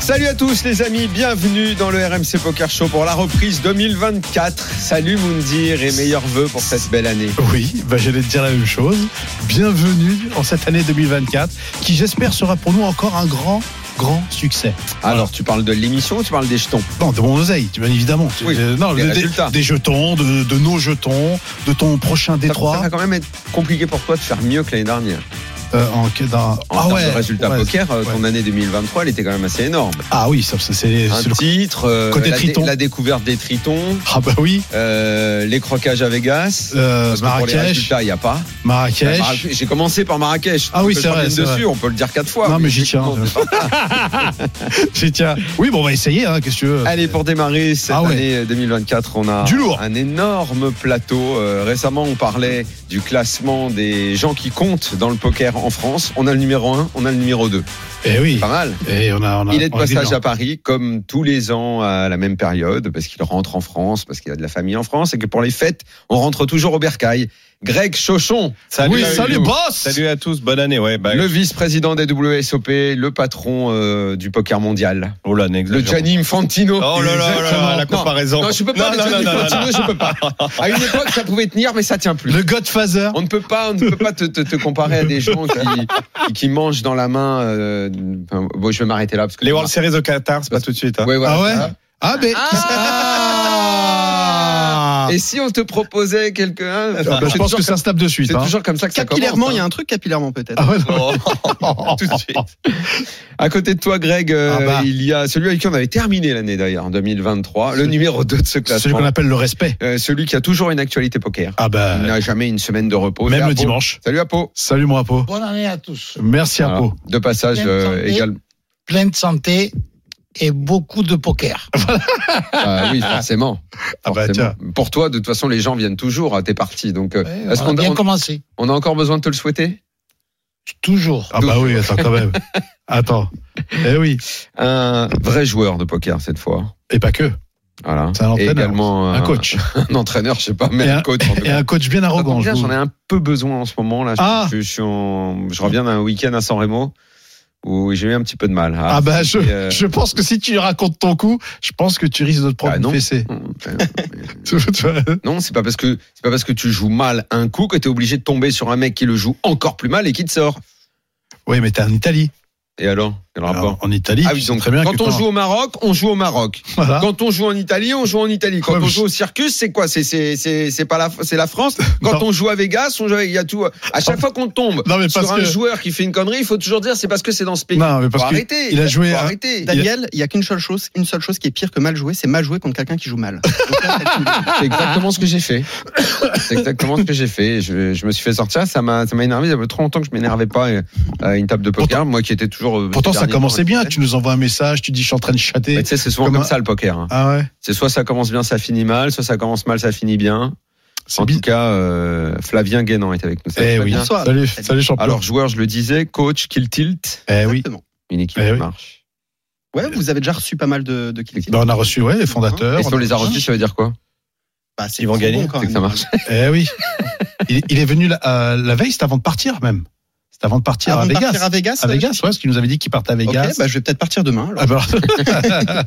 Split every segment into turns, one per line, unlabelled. Salut à tous les amis, bienvenue dans le RMC Poker Show pour la reprise 2024. Salut Moundir et meilleurs vœux pour cette belle année.
Oui, bah j'allais te dire la même chose. Bienvenue en cette année 2024, qui j'espère sera pour nous encore un grand, grand succès.
Alors tu parles de l'émission, ou tu parles des jetons.
Non, de mon oseille, tu- bien évidemment. Tu-
Oui,
euh, non,
des
de- des,
résultats.
des jetons, de, de nos jetons, de ton prochain
Ça,
Détroit.
ça va quand même être compliqué pour toi de faire mieux que l'année dernière.
euh, en, dans-
En
ah
termes
ouais,
de résultats
ouais.
poker, euh, ton année 2023, elle était quand même assez énorme.
Ah oui, ça, ça, c'est
Un
c'est le.
titre, euh,
côté
la, dé-
triton.
la découverte des tritons,
Ah bah oui,
euh, les croquages à Vegas.
euh,
Parce que pour les
Marrakech,
résultats, il n'y a pas.
Marrakech.
Marrakech- J'ai commencé par Marrakech.
Ah oui,
Que je
c'est vrai,
revienne
c'est
dessus, on peut le dire quatre fois.
Non,
mais
mais j'y tiens.
effectivement,
J'y tiens. Oui, bon, on va essayer, hein, qu'est-ce que tu veux.
Allez, pour démarrer cette
Ah ouais.
année euh, 2024, on a
Du lourd.
un énorme plateau. Euh, récemment, on parlait du classement des gens qui comptent dans le poker en France. On a le numéro 1, on a le numéro 2.
Eh oui.
Pas mal.
Et on a, on a-
Il est de
on a des
passage
gens.
à Paris, comme tous les ans à la même période, parce qu'il rentre en France, parce qu'il a de la famille en France, et que pour les fêtes, on rentre toujours au Bercail. Greg Chauchon,
Oui,
à
salut,
vous.
boss
Salut à tous, bonne année. Ouais, bah,
le vice-président des WSOP, le patron euh, du poker mondial,
oh là,
le
n'exagérons
Gianni Infantino.
pas. Oh là là, oh là là, la
Exactement. Non,
comparaison.
Non, je peux pas.
Non,
les
non,
Johnny
non, non, non,
Infantino, je peux pas. À une époque, ça pouvait tenir, mais ça tient plus.
Le Godfather.
On ne peut pas, on ne peut pas te, te- te comparer à des gens qui, qui, qui mangent dans la main. euh, enfin, bon, je vais m'arrêter là parce que
Les World Series au Qatar, c'est pas tout de suite. hein.
Ouais, voilà,
Ah ouais
ça.
Ah, mais.
Ah
Ah
Et si on te proposait quelqu'un
Ah bah, je pense que ça se tape de suite.
C'est
hein.
toujours comme ça que ça commence.
Capillairement, il y a
hein.
un truc capillairement peut-être.
Ah ouais, non,
Oh,
tout de suite. À côté de toi, Greg, euh,
Ah bah.
il y a celui avec qui on avait terminé l'année d'ailleurs, en 2023, le numéro 2 de ce
celui
classement.
qu'on appelle le respect.
Euh, celui qui a toujours une actualité poker.
Ah bah,
Il n'a jamais une semaine de repos. C'est
même le
Apo.
dimanche.
Salut Apo.
Salut mon Apo.
Bonne année à tous.
Merci
Voilà.
Apo.
De passage
Même
euh,
santé.
également.
Plein de santé et beaucoup de poker.
Ah oui, forcément.
Ah bah,
Forcément. Pour toi, de toute façon, les gens viennent toujours à tes parties. Donc, euh, est-ce
on a
qu'on
bien
on-
commencé.
on a encore besoin de te le souhaiter
Toujours.
Ah bah oui, attends quand même. Attends. Eh oui.
Un vrai joueur de poker cette fois.
Et pas que.
Voilà.
C'est un
Et
entraîneur.
également
Un coach.
un entraîneur, je sais pas, mais
Et
un
un-
coach. en tout
Et
cas.
un coach bien
Ça tombe
arrogant. je
bien,
vous-
J'en ai un peu besoin en ce moment. Là, Je-
Ah.
je, je suis en- je reviens d'un week-end à San Remo où j'ai eu un petit peu de mal.
Ah bah je,
Et, euh,
je pense que si tu racontes ton coup, je pense que tu risques de te prendre
Bah non.
une fessée. Ah. Tu vois
Non, c'est pas parce que c'est pas parce que tu joues mal un coup que tu es obligé de tomber sur un mec qui le joue encore plus mal et qui te sort.
oui, mais t'es en Italie.
Et alors, quel rapport
Alors, en Italie,
Ah
tu
oui,
sais
donc,
très bien
quand
que
on joue au Maroc, on joue au Maroc.
Voilà.
Quand on joue en Italie, on joue en Italie. Quand
Ouais,
on
mais-
joue au Circus, c'est quoi C'est c'est c'est c'est pas la c'est la France. Quand
Non. Ah.
on joue à Vegas, on joue avec- il y a tout. À chaque fois qu'on tombe
Non, mais
sur
parce
un
que-
joueur qui fait une connerie, il faut toujours dire c'est parce que c'est dans ce pays.
Non, mais
faut
parce que
arrêter.
il a joué
Faut
à-
arrêter.
Daniel, il y a qu'une seule chose, une seule chose qui est pire que mal jouer, c'est mal jouer contre quelqu'un qui joue mal. Donc là, ça tue.
C'est exactement ce que j'ai fait. C'est exactement ce que j'ai fait. Je, je me suis fait sortir. Ça m'a ça m'a énervé. Ça fait trop longtemps que je m'énervais pas euh, à une table de poker. moi qui étais toujours. euh,
Pourtant, ça
dernier
commençait
dans-
bien. Tu nous envoies un message, tu dis je suis en train de chatter.
Mais tu sais, c'est souvent
Comme
comme,
un-
ça le poker. hein.
Ah ouais.
C'est soit ça commence bien, ça finit mal, soit ça commence mal, ça finit bien.
C'est
En
bi-
tout cas, euh, Flavien Guénan est avec nous. Salut,
Eh oui.
Flavien.
Bonsoir.
Salut, salut champion.
Alors, joueur, je le disais, coach, kill tilt,
eh oui.
Exactement.
une équipe
Eh
qui
oui.
marche.
Ouais, vous avez déjà reçu pas mal de, de kills.
Ben, on a reçu ouais, les fondateurs.
Et si
on
on
a-
les a reçus, ça veut dire quoi
Bah, c'est-
Ils vont
c'est
gagner,
quand
C'est que
même.
ça marche.
Eh oui. Il, il est venu la, euh, la veille, c'était avant de partir même. C'était avant de partir
Ah
Avant
à
de
Vegas.
partir à Vegas.
À Vegas, ouais, parce qu'il nous avait dit qu'il partait à
Ok,
Vegas.
bah, je vais peut-être partir demain. alors.
Ah bah,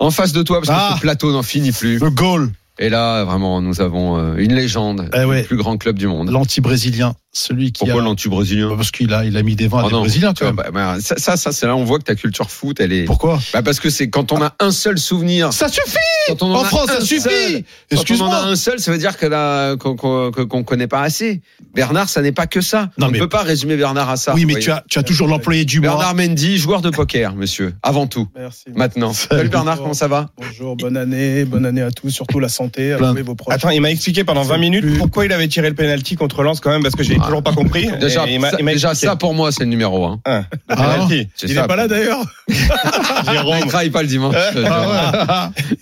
En face de toi, parce que
Ah.
ce plateau n'en finit plus.
le goal,
Et là, vraiment, nous avons euh, une légende,
Eh ouais.
le plus grand club du monde.
l'anti-brésilien, celui qui
Pourquoi
a.
l'anti-brésilien
Euh, Parce qu'il a, il a mis Ah, des vents à
Oh
des
non,
brésiliens,
tu
quand même.
vois, bah, bah, ça, ça, ça, c'est là, on voit que ta culture foot, elle est.
Pourquoi
Bah, parce que c'est quand on a un seul souvenir.
Ça suffit
Quand on en,
En
a
France,
un
ça
seul,
suffit
Quand on en a
Excuse-moi
un seul, ça veut dire que la- qu'on qu'on- que- qu'on connaît pas assez. Bernard, ça n'est pas que ça. on
Non,
ne
mais-
peut pas résumer Bernard à ça.
Oui,
vous
mais
voyez.
tu as, tu as toujours l'employé du mois.
Bernard Mendy, joueur de poker, monsieur, avant tout,
Merci.
maintenant.
Salut.
Salut, Bernard, comment ça va
Bonjour, bonne année, bonne année à tous, surtout la santé, à
Plein.
tous et vos proches.
Attends, il m'a expliqué pendant 20 minutes pourquoi il avait tiré le penalty contre Lens quand même, parce que j'ai été toujours pas compris.
Déjà,
Et Eh, il m'a-
ça,
il m'a
déjà,
expliqué.
ça, pour moi, c'est le numéro 1.
Ah, penalty.
C'est
Il
ça.
est pas là d'ailleurs
Il
Jérôme. Ah,
travaille pas le dimanche.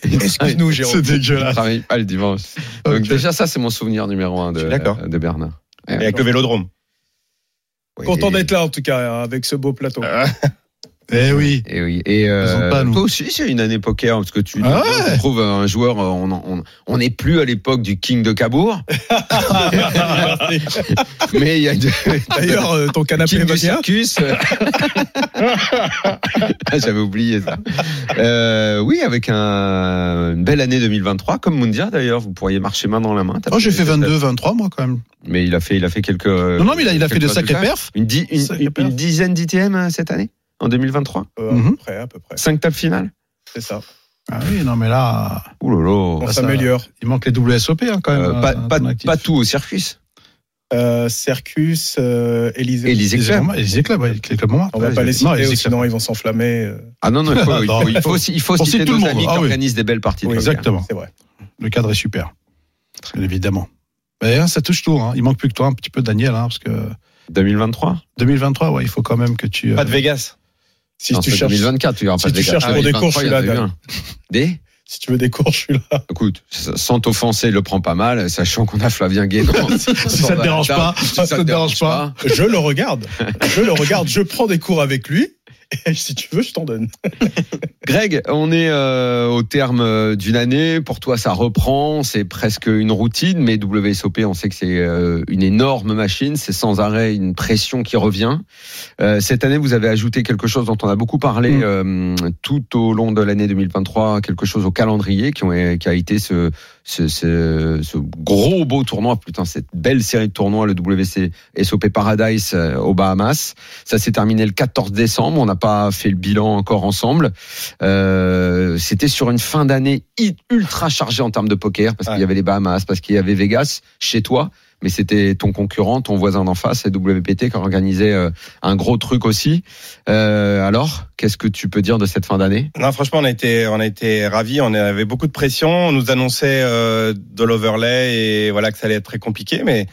Excuse-nous, Jérôme. C'est
Il
dégueulasse.
travaille pas le dimanche. Donc,
Ok.
déjà, ça, c'est mon souvenir numéro 1
Je
de,
suis d'accord.
de Bernard.
Et avec le vélodrome.
Oui.
Content d'être là en tout cas, hein, avec ce beau plateau.
Ah,
Eh oui.
Et oui. Et
Présente
euh,
pas, nous.
toi aussi, c'est une année poker parce que tu
Ah
tu
ouais
trouves un joueur. euh, On en- on- on n'est plus à l'époque du King de Cabourg, mais il y a du
D'ailleurs, euh, ton canapé
King
va
du
bien.
circus. Ah, J'avais oublié ça. Euh, oui, avec un- une belle année 2023, comme Mundia d'ailleurs. Vous pourriez marcher main dans la main. T'as
Oh, j'ai fait 22, 23, moi, quand même.
Mais il a fait, il a fait quelques.
Non, non, mais il a, il a fait
quelques
de sacrés
résultats.
perfs.
Une, di- une-
Sacré
une
perf.
dizaine d'ITM hein, cette année, en 2023.
Euh, à
Mhm.
peu près, à peu près.
Cinq tables finales.
C'est ça.
Ah oui, non, mais là,
Ouh là là.
On
ça-
s'améliore.
il manque les WSOP, hein, quand même.
Euh,
euh,
pas,
dans
pas-
ton actif.
pas tout au circuit.
Euh, Circus, euh, Élysée.
Élysée
Les
Club.
éclats, les clubs, ouais, les clubs Montmartre.
On va
Ouais,
pas
j'ai-
les
non, les
citer, ou
éclats.
sinon ils vont s'enflammer. euh,
Ah non, non, il faut, il faut, il faut, il faut
On
citer
cite tout
nos
le monde.
amis
Ah
qui
oui.
organisent des belles parties. de
oui,
poker.
exactement.
C'est vrai.
Le cadre est super. Bien évidemment. Mais, hein, ça touche tout. Hein. Il manque plus que toi, un petit peu, Daniel, hein, parce que
2023
2023, ouais, il faut quand même que tu. euh,
Pas de Vegas.
Si
Non,
tu
c'est
cherches,
2024, tu verras
si
pas de
tu
dégâts.
cherches pour des
2023,
cours, je suis
Ah, il y en
là,
a eu
Dan.
un. Des
si tu veux des cours, je suis là.
Écoute, sans t'offenser, le prends pas mal, sachant qu'on a Flavien Guénon.
si ça te dérange pas, si ça te dérange pas.
Je le regarde. Je le regarde. Je prends des cours avec lui. Et si tu veux, je t'en donne.
Greg, on est euh, au terme euh, d'une année. Pour toi, ça reprend, c'est presque une routine, mais WSOP, on sait que c'est euh, une énorme machine, c'est sans arrêt une pression qui revient. Euh, cette année, vous avez ajouté quelque chose dont on a beaucoup parlé
Mm.
euh, tout au long de l'année 2023, quelque chose au calendrier qui, ont- qui a été ce, ce, ce- ce gros beau tournoi, putain, cette belle série de tournois, le WSOP Paradise euh, aux Bahamas. Ça s'est terminé le 14 décembre, on n'a pas fait le bilan encore ensemble. Euh, c'était sur une fin d'année hi- ultra chargée en termes de poker, parce
Ouais.
qu'il y avait les Bahamas, parce qu'il y avait Vegas chez toi, mais c'était ton concurrent, ton voisin d'en face, c'est WPT, qui organisait euh, un gros truc aussi. Euh, alors, qu'est-ce que tu peux dire de cette fin d'année
Non, franchement, on a été, on a été ravis. On avait beaucoup de pression. On nous annonçait euh, de l'overlay et voilà que ça allait être très compliqué. Mais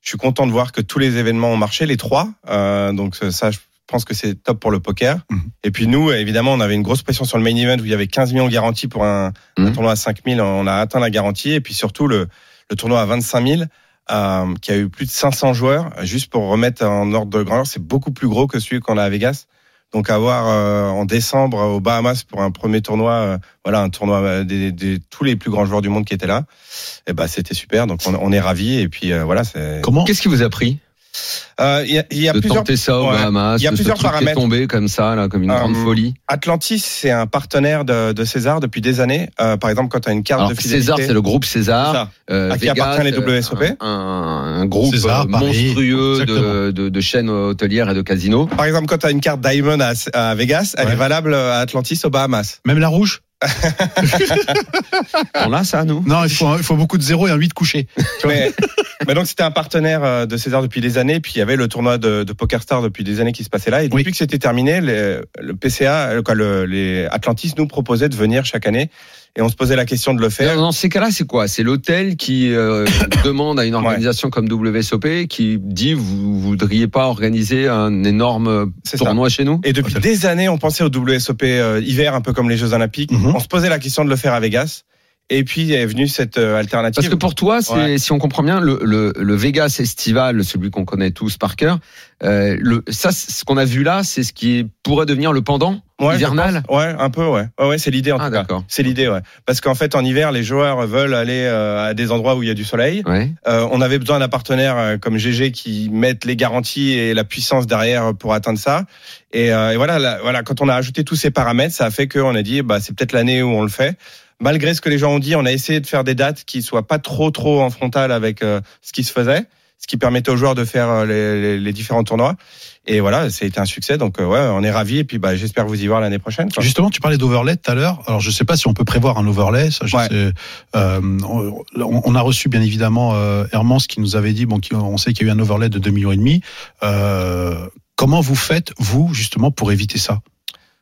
je suis content de voir que tous les événements ont marché, les trois. Euh, donc ça, je pense que c'est top pour le poker.
Mhm.
Et puis nous, évidemment, on avait une grosse pression sur le main event où il y avait 15 millions garantis pour un, un
Mhm.
tournoi à 5 000. On a atteint la garantie. Et puis surtout le, le tournoi à 25 000. euh, qui a eu plus de 500 joueurs, juste pour remettre en ordre de grandeur, c'est beaucoup plus gros que celui qu'on a à Vegas. Donc avoir euh, en décembre euh, aux Bahamas pour un premier tournoi, euh, voilà un tournoi euh, des, des- tous les plus grands joueurs du monde qui étaient là, et ben c'était super. Donc on, on est ravis et puis euh, voilà c'est.
Comment
Qu'est-ce qui vous a pris
Euh, Il y a, il y a
de
plusieurs.
tenter ça aux
ouais.
Bahamas
Il y a
de ce
plusieurs
truc qui est
paramètres.
tombé comme ça, là, comme une
Euh,
grande folie.
Atlantis c'est un partenaire de, de César depuis des années. Euh, par exemple quand tu as une carte
Alors,
de fidélité.
César, c'est le groupe César.
Ça.
Euh,
À qui appartient les WSOP?
un, un- un groupe
César,
euh,
Paris,
monstrueux de,
exactement.
de- de chaînes hôtelières et de casinos.
Par exemple quand tu as une carte Diamond à, à Vegas, elle
Ouais.
est valable euh, à Atlantis aux Bahamas.
Même la rouge
On a ça, nous
Non, il faut, un- il faut beaucoup de zéro et un 8 couché.
Mais, mais donc c'était un partenaire euh, de César depuis des années, puis il y avait le tournoi de, de Poker Star depuis des années qui se passait là. Et depuis
Oui.
que c'était terminé, le, le PCA, le, quoi, le- les Atlantis nous proposaient de venir chaque année, et on se posait la question de le
Non,
faire.
dans ces cas-là, c'est quoi C'est l'hôtel qui euh, demande à une organisation comme WSOP qui dit vous voudriez pas organiser un énorme
C'est ça.
tournoi chez nous
Et depuis des années, on pensait au WSOP euh, hiver, un peu comme les Jeux Olympiques.
Mhm.
On se posait la question de le faire à Vegas. Et puis est venue cette euh, alternative.
Parce que pour toi, c'est,
Ouais.
si on comprend bien, le, le, le Vegas estival, celui qu'on connaît tous par cœur, euh, le, ça, c'est- ce qu'on a vu là, c'est ce qui est- pourrait devenir le pendant
Ouais,
hivernal.
Ouais, un peu, ouais. Ouais, ouais, c'est l'idée en
Ah,
tout cas.
d'accord.
C'est l'idée, ouais. Parce qu'en fait, en hiver, les joueurs veulent aller euh, à des endroits où il y a du soleil.
Ouais.
Euh, on avait besoin d'un partenaire euh, comme GG qui mette les garanties et la puissance derrière euh, pour atteindre ça. Et, euh, et voilà, là, voilà, quand on a ajouté tous ces paramètres, ça a fait qu'on a dit, bah, c'est peut-être l'année où on le fait. Malgré ce que les gens ont dit, on a essayé de faire des dates qui soient pas trop trop en frontal avec euh, ce qui se faisait, ce qui permettait aux joueurs de faire euh, les, les- les différents tournois. Et voilà, ça a été un succès. Donc euh, ouais, on est ravis. Et puis bah, j'espère vous y voir l'année prochaine. quoi.
Justement, tu parlais d'overlay tout à l'heure. Alors, je sais pas si on peut prévoir un overlay. Ça, je
Ouais.
sais. Euh, on, on a reçu, bien évidemment, euh, Hermance qui nous avait dit, bon, qui- on sait qu'il y a eu un overlay de 2 millions et demi. Euh, comment vous faites, vous, justement, pour éviter ça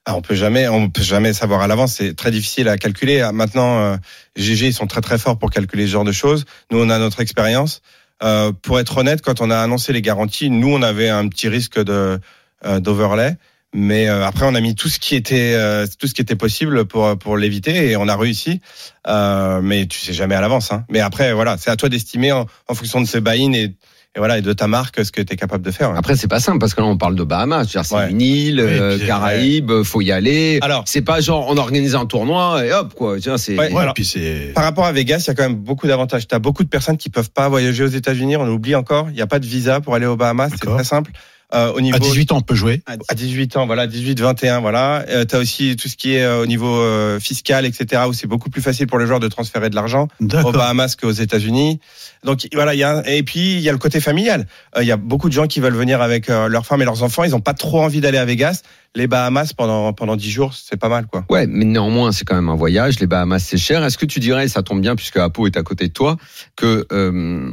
Ah, on peut jamais, on peut jamais savoir à l'avance. C'est très difficile à calculer. Ah, Maintenant, euh, GG ils sont très très forts pour calculer ce genre de choses. Nous, on a notre expérience. Euh, pour être honnête, quand on a annoncé les garanties, nous, on avait un petit risque de euh, d'overlay. Mais euh, après, on a mis tout ce qui était euh, tout ce qui était possible pour pour l'éviter et on a réussi. Euh, mais tu sais jamais à l'avance. Hein. Mais après, voilà, c'est à toi d'estimer en, en fonction de ce buy-in et, et voilà et de ta marque ce que tu es capable de faire. hein.
Après, c'est pas simple parce que là, on parle de Bahamas. C'est-à-dire, C'est
Ouais.
une île, euh,
puis,
Caraïbes, faut y aller.
Alors-
c'est pas genre on organise un tournoi et hop quoi. Tiens, c'est
Ouais.
Ouais,
Voilà.
puis c'est.
Par rapport à Vegas, il y a quand même beaucoup d'avantages. Tu as beaucoup de personnes qui peuvent pas voyager aux États-Unis, on oublie encore. Il n'y a pas de visa pour aller aux Bahamas, c'est
D'accord.
très simple. Euh, au niveau
À 18 ans, on peut jouer.
à 18 ans, voilà, 18-21, voilà. Euh, tu as aussi tout ce qui est euh, au niveau euh, fiscal, etc., où c'est beaucoup plus facile pour le joueur de transférer de l'argent aux
D'accord.
Bahamas qu'aux États-Unis. Donc voilà, il y a un- et puis il y a le côté familial. Euh, Il y a beaucoup de gens qui veulent venir avec euh, leurs femmes et leurs enfants. Ils n'ont pas trop envie d'aller à Vegas. Les Bahamas pendant pendant 10 jours, c'est pas mal, quoi.
Ouais, mais néanmoins, c'est quand même un voyage. Les Bahamas, c'est cher. Est-ce que tu dirais, ça tombe bien puisque Apo est à côté de toi, que euh,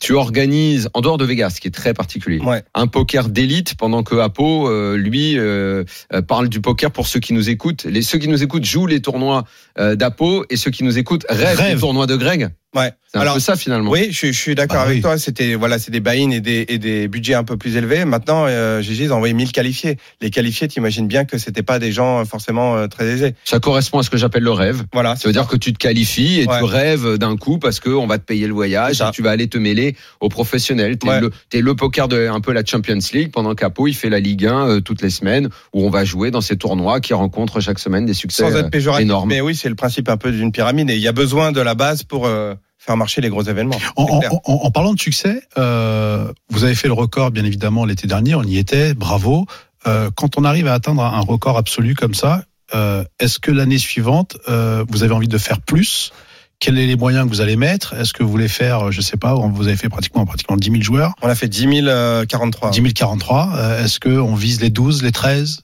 tu organises en dehors de Vegas, ce qui est très particulier,
Ouais.
un poker d'élite pendant que Apo, euh, lui, euh, euh, parle du poker pour ceux qui nous écoutent. Les ceux qui nous écoutent jouent les tournois euh, d'Apo et ceux qui nous écoutent rêvent,
Rêvent.
des tournois de Greg.
Ouais.
C'est un
Alors,
peu ça finalement.
Oui, je, je suis d'accord
Bah
avec
oui.
toi. C'était voilà, c'est des buy-in et des, et des budgets un peu plus élevés. Maintenant, euh, GG, ils ont envoyé 1000 qualifiés. Les qualifiés, t'imagines bien que c'était pas des gens euh, forcément euh, très aisés.
Ça correspond à ce que j'appelle le rêve.
Voilà.
Ça veut dire que tu te qualifies et
Ouais.
tu rêves d'un coup parce que on va te payer le voyage
C'est ça.
et tu vas aller te mêler aux professionnels. T'es
Ouais.
le, t'es le poker de un peu la Champions League pendant qu'Apo il fait la Ligue 1 euh, toutes les semaines où on va jouer dans ces tournois qui rencontrent chaque semaine des succès
sans
euh,
être péjoratif.
énormes.
Mais oui, c'est le principe un peu d'une pyramide et il y a besoin de la base pour euh, faire marcher les gros événements.
En,
C'est clair.
en- en- en parlant de succès, euh, vous avez fait le record, bien évidemment, l'été dernier. On y était, bravo. Euh, quand on arrive à atteindre un record absolu comme ça, euh, est-ce que l'année suivante, euh, vous avez envie de faire plus Quels sont les moyens que vous allez mettre Est-ce que vous voulez faire, euh, je sais pas, vous avez fait pratiquement, pratiquement 10 000 joueurs,
On a fait euh, 10 043.
10 043. euh, est-ce qu'on vise les 12, les 13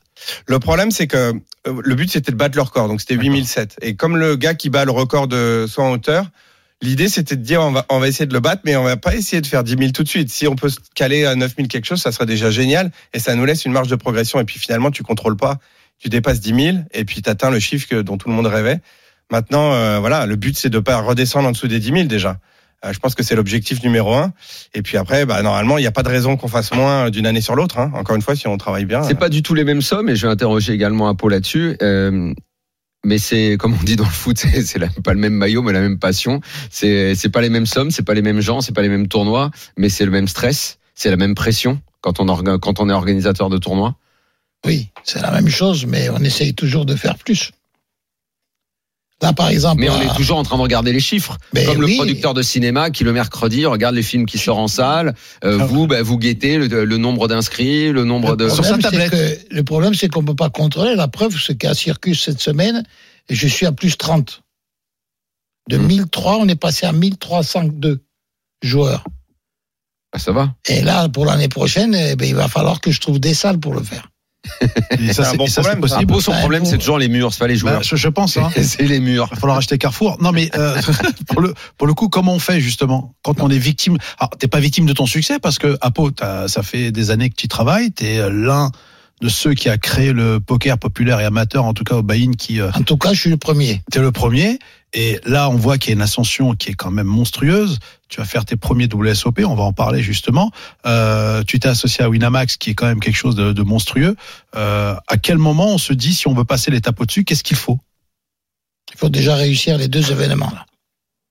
Le problème, c'est que euh, le but, c'était de battre le record. Donc, c'était 8007. Et comme le gars qui bat le record de soit en hauteur, l'idée, c'était de dire, on va, on va essayer de le battre, mais on va pas essayer de faire 10 000 tout de suite. Si on peut se caler à 9 000 quelque chose, ça serait déjà génial. Et ça nous laisse une marge de progression. Et puis, finalement, tu contrôles pas. Tu dépasses 10 000 et puis tu atteins le chiffre que, dont tout le monde rêvait. Maintenant, euh, voilà, le but, c'est de pas redescendre en dessous des 10 000 déjà. Euh, je pense que c'est l'objectif numéro un. Et puis après, bah, normalement, il n'y a pas de raison qu'on fasse moins d'une année sur l'autre. hein. Encore une fois, si on travaille bien.
C'est pas du tout les mêmes sommes et je vais interroger également Apo là-dessus. Euh, mais c'est comme on dit dans le foot, c'est c'est la- pas le même maillot, mais la même passion. C'est c'est pas les mêmes sommes, c'est pas les mêmes gens, c'est pas les mêmes tournois, mais c'est le même stress, c'est la même pression quand on, orga- quand on est organisateur de tournoi.
Oui, c'est la même chose, mais on essaye toujours de faire plus. Là,
Bah,
par exemple,
Mais on
Bah.
à-
est toujours en train de regarder les chiffres.
Mais
Comme le
Ben oui.
producteur de cinéma qui, le mercredi, regarde les films qui sortent en salle. Euh, vous, bah, vous guettez le, le nombre d'inscrits, le nombre de.
Ah. le
sur sa
problème, c'est
tablette.
que- le problème, c'est qu'on ne peut pas contrôler. La preuve, c'est qu'à Circus cette semaine, je suis à plus 30. De
Hmm.
1003, on est passé à 1302 joueurs.
Ah, ça va.
Et là, pour l'année prochaine, eh ben, il va falloir que je trouve des salles pour le faire.
Et ça,
euh, un
c'est
bon
et ça, c'est
problème, ça.
Ah,
possible.
beau, son
bah,
problème,
faut-
c'est toujours les murs, c'est pas les
Bah,
joueurs.
je, je pense. Hein.
c'est les murs.
Il va falloir acheter Carrefour. Non, mais euh, pour, le, pour le coup, comment on fait justement quand on est victime Alors, t'es pas victime de ton succès parce que Apo, t'as- ça fait des années que tu y travailles. T'es euh, l'un de ceux qui a créé le poker populaire et amateur, en tout cas au Bain, qui euh,
En tout cas, je suis le premier.
t'es le premier. Et là, on voit qu'il y a une ascension qui est quand même monstrueuse. Tu vas faire tes premiers WSOP, on va en parler justement. Euh, tu t'es associé à Winamax, qui est quand même quelque chose de, de monstrueux. Euh, à quel moment on se dit, si on veut passer l'étape au-dessus, qu'est-ce qu'il faut
Il faut déjà réussir les deux événements. Là.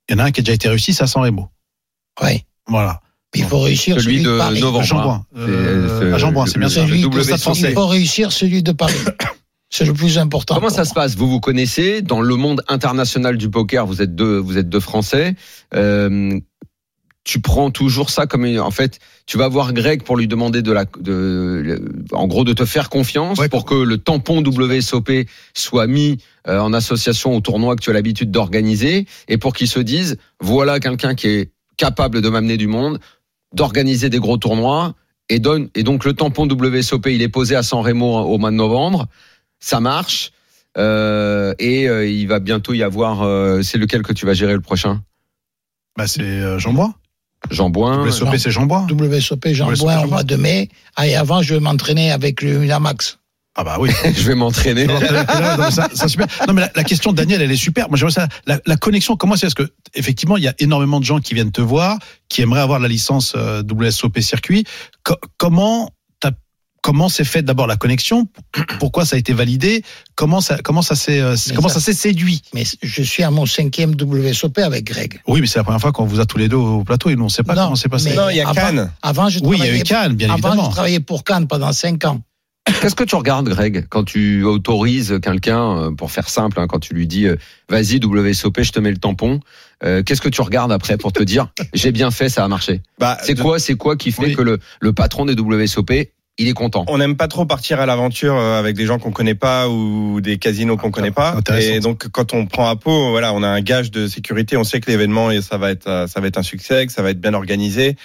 Il y en a un qui a déjà été réussi, ça sent les mots.
Oui.
Voilà.
Mais il faut réussir
Celui
celui,
de
de Paris.
novembre.
Jean Boin. Euh, à Jean Boin, c'est bien
le-
ça.
le
Celui
double
de
Stade
Stade
Il
français.
faut réussir celui de Paris. C'est le plus important.
Comment
pour
ça
moi.
se passe Vous vous connaissez dans le monde international du poker. Vous êtes deux, vous êtes deux Français. Euh, tu prends toujours ça comme une- en fait, tu vas voir Greg pour lui demander de la, de, le- en gros, de te faire confiance
Ouais.
pour que le tampon WSOP soit mis euh, en association au tournoi que tu as l'habitude d'organiser et pour qu'ils se disent voilà quelqu'un qui est capable de m'amener du monde, d'organiser des gros tournois et donne et donc le tampon WSOP il est posé à San Remo au mois de novembre, ça marche euh, et euh, il va bientôt y avoir euh, c'est lequel que tu vas gérer le prochain
Bah, c'est euh, Jean Boin.
Jean Boin.
Le SOP,
non.
c'est Jean Boin.
WSOP Jean
WSOP,
Boin
Jean Boin.
au mois de mai. Ah, et avant, je vais m'entraîner avec le Unamax.
Ah bah oui.
Je vais m'entraîner.
Alors, t'es là, t'es là, non, mais ça- ça, super. Non, mais la, la question de Daniel, elle est super. Moi, j'aimerais ça. La, la connexion, comment c'est Parce que, effectivement, il y a énormément de gens qui viennent te voir, qui aimeraient avoir la licence euh, WSOP circuit. Co- comment t'as- Comment s'est faite d'abord la connexion Pourquoi ça a été validé Comment ça, comment ça s'est, euh,
Mais
comment ça,
ça-
s'est séduit
Mais je suis à mon cinquième WSOP avec Greg.
Oui, mais c'est la première fois qu'on vous a tous les deux au plateau et nous on sait pas
Non,
comment c'est passé.
mais-
Non, il y a
Ah bah.
Cannes.
Avant, je
Oui, il y a
travaillais-
eu Cannes, bien
Avant,
évidemment.
je travaillais pour Cannes pendant 5 ans.
Qu'est-ce que tu regardes, Greg, quand tu autorises quelqu'un, euh, pour faire simple, hein, quand tu lui dis euh, vas-y WSOP, je te mets le tampon. euh, Qu'est-ce que tu regardes après pour te dire j'ai bien fait, ça a marché
Bah,
C'est
de-
quoi, c'est quoi qui fait
Oui.
que le, le patron des WSOP il est content
On n'aime pas trop partir à l'aventure euh, avec des gens qu'on connaît pas ou des casinos qu'on connaît pas.
Intéressant.
Et donc quand on prend à peau, voilà, on a un gage de sécurité. On sait que l'événement et ça va être euh, ça va être un succès, que ça va être bien organisé.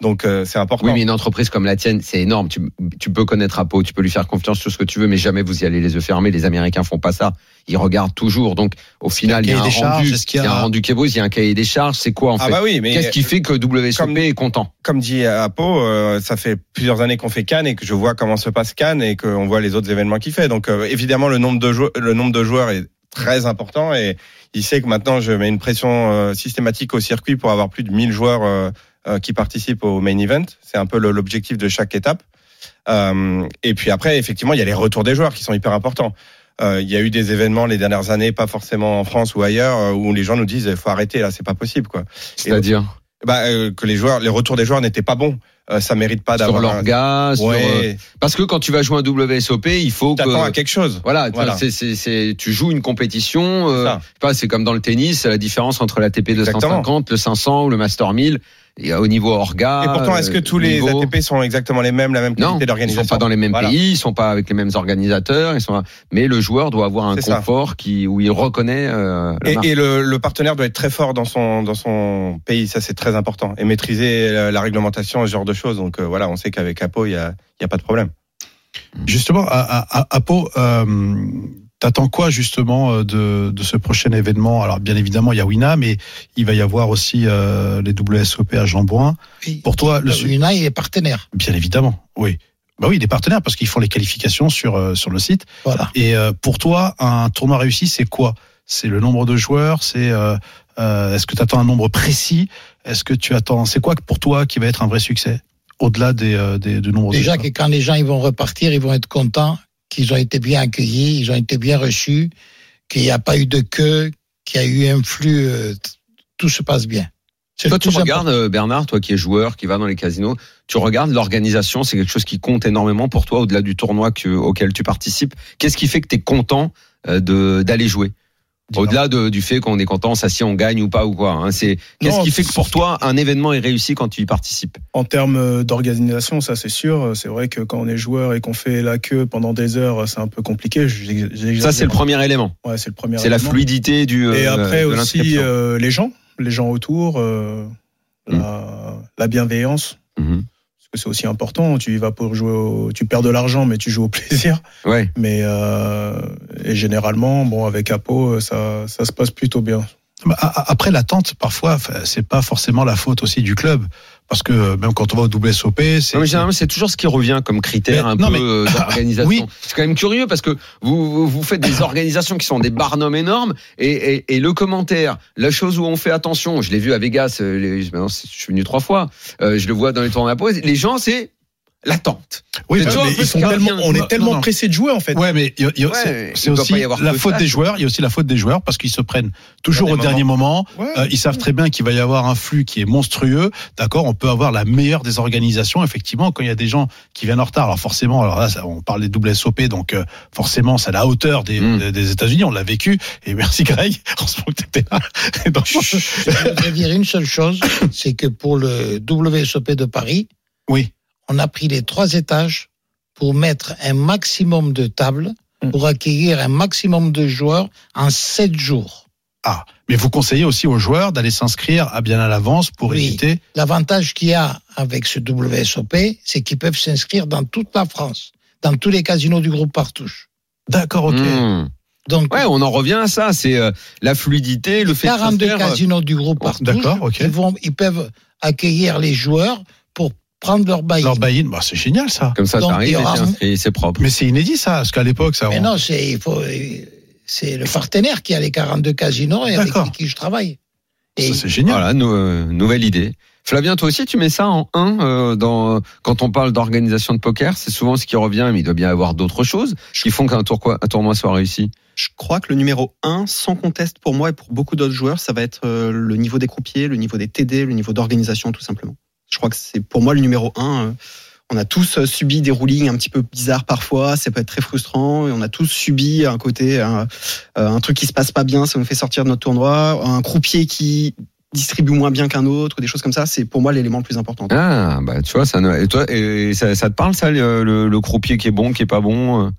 Donc euh, c'est important.
Oui, mais une entreprise comme la tienne, c'est énorme. Tu, tu peux connaître à peau, tu peux lui faire confiance sur ce que tu veux, mais jamais vous y allez les yeux fermés. Les Américains font pas ça. Ils regardent toujours. Donc, au final, il y a
cahier
un
des charges
rendu,
Est-ce
il y
qu'il y
a
a-
un rendu qui est beau, il y a un cahier des charges. C'est quoi en
ah
fait
bah oui, mais
Qu'est-ce qui fait que WSOP
Comme-
est content
comme dit Apo, euh, ça fait plusieurs années qu'on fait Cannes et que je vois comment se passe Cannes et qu'on voit les autres événements qu'il fait. Donc euh, évidemment le nombre de joueurs, le nombre de joueurs est très important et il sait que maintenant je mets une pression euh, systématique au circuit pour avoir plus de 1000 joueurs euh, euh, qui participent au main event. C'est un peu le- l'objectif de chaque étape. Euh, et puis après effectivement il y a les retours des joueurs qui sont hyper importants. Euh, Il y a eu des événements les dernières années, pas forcément en France ou ailleurs, euh, où les gens nous disent faut arrêter là, c'est pas possible quoi
C'est-à-dire
bah, euh, que les joueurs, les retours des joueurs n'étaient pas bons. Euh, ça mérite pas
sur
d'avoir.
leur
un-
gaz, sur, euh,
Ouais,
parce que quand tu vas jouer un WSOP, il faut que
t'attends à quelque chose.
Voilà, tu-
Voilà.
c'est- c'est- c'est- tu joues une compétition. euh,
Ça.
je sais pas, c'est comme dans le tennis, la différence entre la TP 250, le 500 ou le Master 1000. Il y a au niveau orga.
Et pourtant, est-ce que
euh,
tous les
niveau-
ATP sont exactement les mêmes, la même
Non,
qualité
ils
d'organisation
sont pas dans les mêmes
Voilà.
pays, ils sont pas avec les mêmes organisateurs, ils sont. Mais le joueur doit avoir un
C'est ça.
confort qui où il reconnaît. euh, la
Et,
marque.
et le, le partenaire doit être très fort dans son dans son pays, ça c'est très important. Et maîtriser la, la réglementation, ce genre de choses. Donc euh, voilà, on sait qu'avec Apo, il y a il y a pas de problème.
Justement, à, à, à- à Pau, euh, t'attends quoi justement euh, de, de ce prochain événement Alors bien évidemment, il y a Wina, mais il va y avoir aussi euh, les WSOP à Jean-Bouin.
Puis,
Pour toi, le
euh,
su-
Luna, il est partenaire.
bien évidemment, oui. Bah oui, des partenaires parce qu'ils font les qualifications sur euh, sur le site.
Voilà.
Et euh, pour toi, un tournoi réussi, c'est quoi C'est le nombre de joueurs. C'est euh, euh, est-ce que tu attends un nombre précis Est-ce que tu attends C'est quoi pour toi qui va être un vrai succès au-delà des, euh, des du nombre de
Déjà
joueurs
que quand les gens ils vont repartir, ils vont être contents qu'ils ont été bien accueillis, ils ont été bien reçus, qu'il n'y a pas eu de queue, qu'il y a eu un flux, euh, t- tout se passe bien. C'est
Toi,
le
tu
plus
regardes euh, Bernard, toi qui es joueur, qui va dans les casinos, tu regardes l'organisation, c'est quelque chose qui compte énormément pour toi au-delà du tournoi que- auquel tu participes. Qu'est-ce qui fait que tu es content euh, de d'aller jouer Au-delà de- du fait qu'on est content, ça si on gagne ou pas ou quoi. hein, c'est qu'est-ce
Non,
qui fait que pour toi un événement est réussi quand tu y participes
En termes euh, d'organisation, ça c'est sûr. Euh, C'est vrai que quand on est joueur et qu'on fait la queue pendant des heures, euh, c'est un peu compliqué. J'ex- j'exagère.
Ça, c'est le premier élément.
Ouais, c'est le premier.
C'est la
élément.
fluidité du. euh,
Et après
de
aussi
l'inscription. Mm.
euh, les gens, les gens autour, euh, la, la bienveillance.
Mhm.
Parce que c'est aussi important. Tu y vas pour jouer, au- tu perds de l'argent, mais tu joues au plaisir.
Ouais.
Mais euh, et généralement, bon, avec Apo, euh, ça, ça se passe plutôt bien.
Bah, a- a- Après l'attente, parfois, f- c'est pas forcément la faute aussi du club, parce que euh, même quand on va au WSOP, c'est
Non, mais généralement, c'est toujours ce qui revient comme critère
Mais-
un
non,
peu
mais-
euh, d'organisation.
Oui.
C'est quand même curieux parce que vous, vous, vous faites des organisations qui sont des barnums énormes et, et, et le commentaire, la chose où on fait attention, je l'ai vu à Vegas, euh, les- maintenant, c'est- je suis venu trois fois, euh, je le vois dans les tournois à pause, les gens, c'est l'attente.
oui,
Mais
bah,
tu vois,
mais
un peu
ils
ce
sont
qu'il y a
tellement-
bien.
on est tellement pressé.
pressé de jouer en fait.
Ouais, mais il y a- il y a-
Ouais,
c'est-
il
c'est
doit
aussi
pas y avoir
la
que
faute
ça,
des
quoi.
joueurs. Il y a aussi la faute des joueurs parce qu'ils se prennent toujours
Il y
au
a des
dernier moment.
Ouais.
Euh, ils savent très bien qu'il va y avoir un flux qui est monstrueux. D'accord, on peut avoir la meilleure des organisations. Effectivement, quand il y a des gens qui viennent en retard, alors forcément, alors là, ça- on parle des WSOP, donc euh, forcément, c'est à la hauteur des,
Mm.
des- des États-Unis. On l'a vécu. Et merci Greg, heureusement que t'étais là. Et donc,
Je voudrais dire une seule chose, c'est que pour le WSOP de Paris,
oui.
on a pris les trois étages pour mettre un maximum de tables pour accueillir un maximum de joueurs en sept jours.
Ah, mais vous conseillez aussi aux joueurs d'aller s'inscrire à bien à l'avance pour
Oui.
éviter.
L'avantage qu'il y a avec ce WSOP, c'est qu'ils peuvent s'inscrire dans toute la France, dans tous les casinos du groupe Partouche.
D'accord, ok.
Hmm.
Donc,
Ouais, on en revient à ça, c'est euh, la fluidité, le fait de
42
s'inscrire.
euh,
casinos du groupe Partouche,
D'accord, ok.
ils, vont, ils peuvent accueillir les joueurs pour prendre leur bail.
Leur buy-in, bah, c'est génial ça.
euh, Comme ça,
Donc, il
t'arrives
y
et
aura-
t'es inscrit, c'est propre.
Mais c'est inédit ça, parce qu'à l'époque, ça.
Mais
on-
non, c'est il faut euh, c'est le partenaire qui a les 42 casinos et avec
D'accord.
qui je travaille. Et
ça, c'est génial.
Voilà, nou- euh, nouvelle idée. Flavien, toi aussi, tu mets ça en 1 dans, quand on parle d'organisation de poker. C'est souvent ce qui revient, mais il doit bien y avoir d'autres choses qui font qu'un tournoi, un tournoi soit réussi.
Je crois que le numéro 1, sans conteste pour moi et pour beaucoup d'autres joueurs, ça va être euh, le niveau des croupiers, le niveau des TD, le niveau d'organisation, tout simplement. Je crois que c'est pour moi le numéro 1. euh, On a tous euh, subi des rulings un petit peu bizarres parfois, ça peut être très frustrant, et on a tous subi un côté, un, euh, un truc qui se passe pas bien, ça nous fait sortir de notre tournoi, un croupier qui distribue moins bien qu'un autre, des choses comme ça, c'est pour moi l'élément le plus important.
Ah, bah, tu vois, ça, ne- et toi, et ça, ça te parle, ça, le, le- le croupier qui est bon, qui est pas bon? euh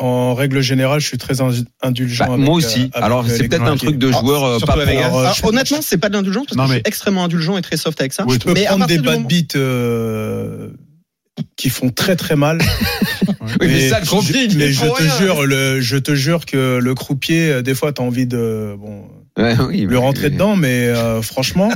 En règle générale, je suis très in- indulgent.
Bah,
avec,
moi
euh,
aussi.
avec,
Alors,
euh,
c'est
les
peut-être un
gringiers.
truc de joueur euh,
surtout
pas
à Vegas.
pour-
Alors,
Alors, honnêtement, c'est pas de l'indulgence parce
Ah, Non,
que je
mais-
suis extrêmement indulgent et très soft avec ça.
Oui,
Ah, hein. Je peux
Mais à
prendre des
partir du
bad
moment-
beats euh, qui font très très mal.
Oui, mais ça, le croupier, il y est
mais je
pour
te
rien.
jure, le, je te jure que le croupier, euh, des fois, t'as envie de bon
Ouais, oui,
le
bah,
rentrer
oui.
dedans, mais euh, franchement.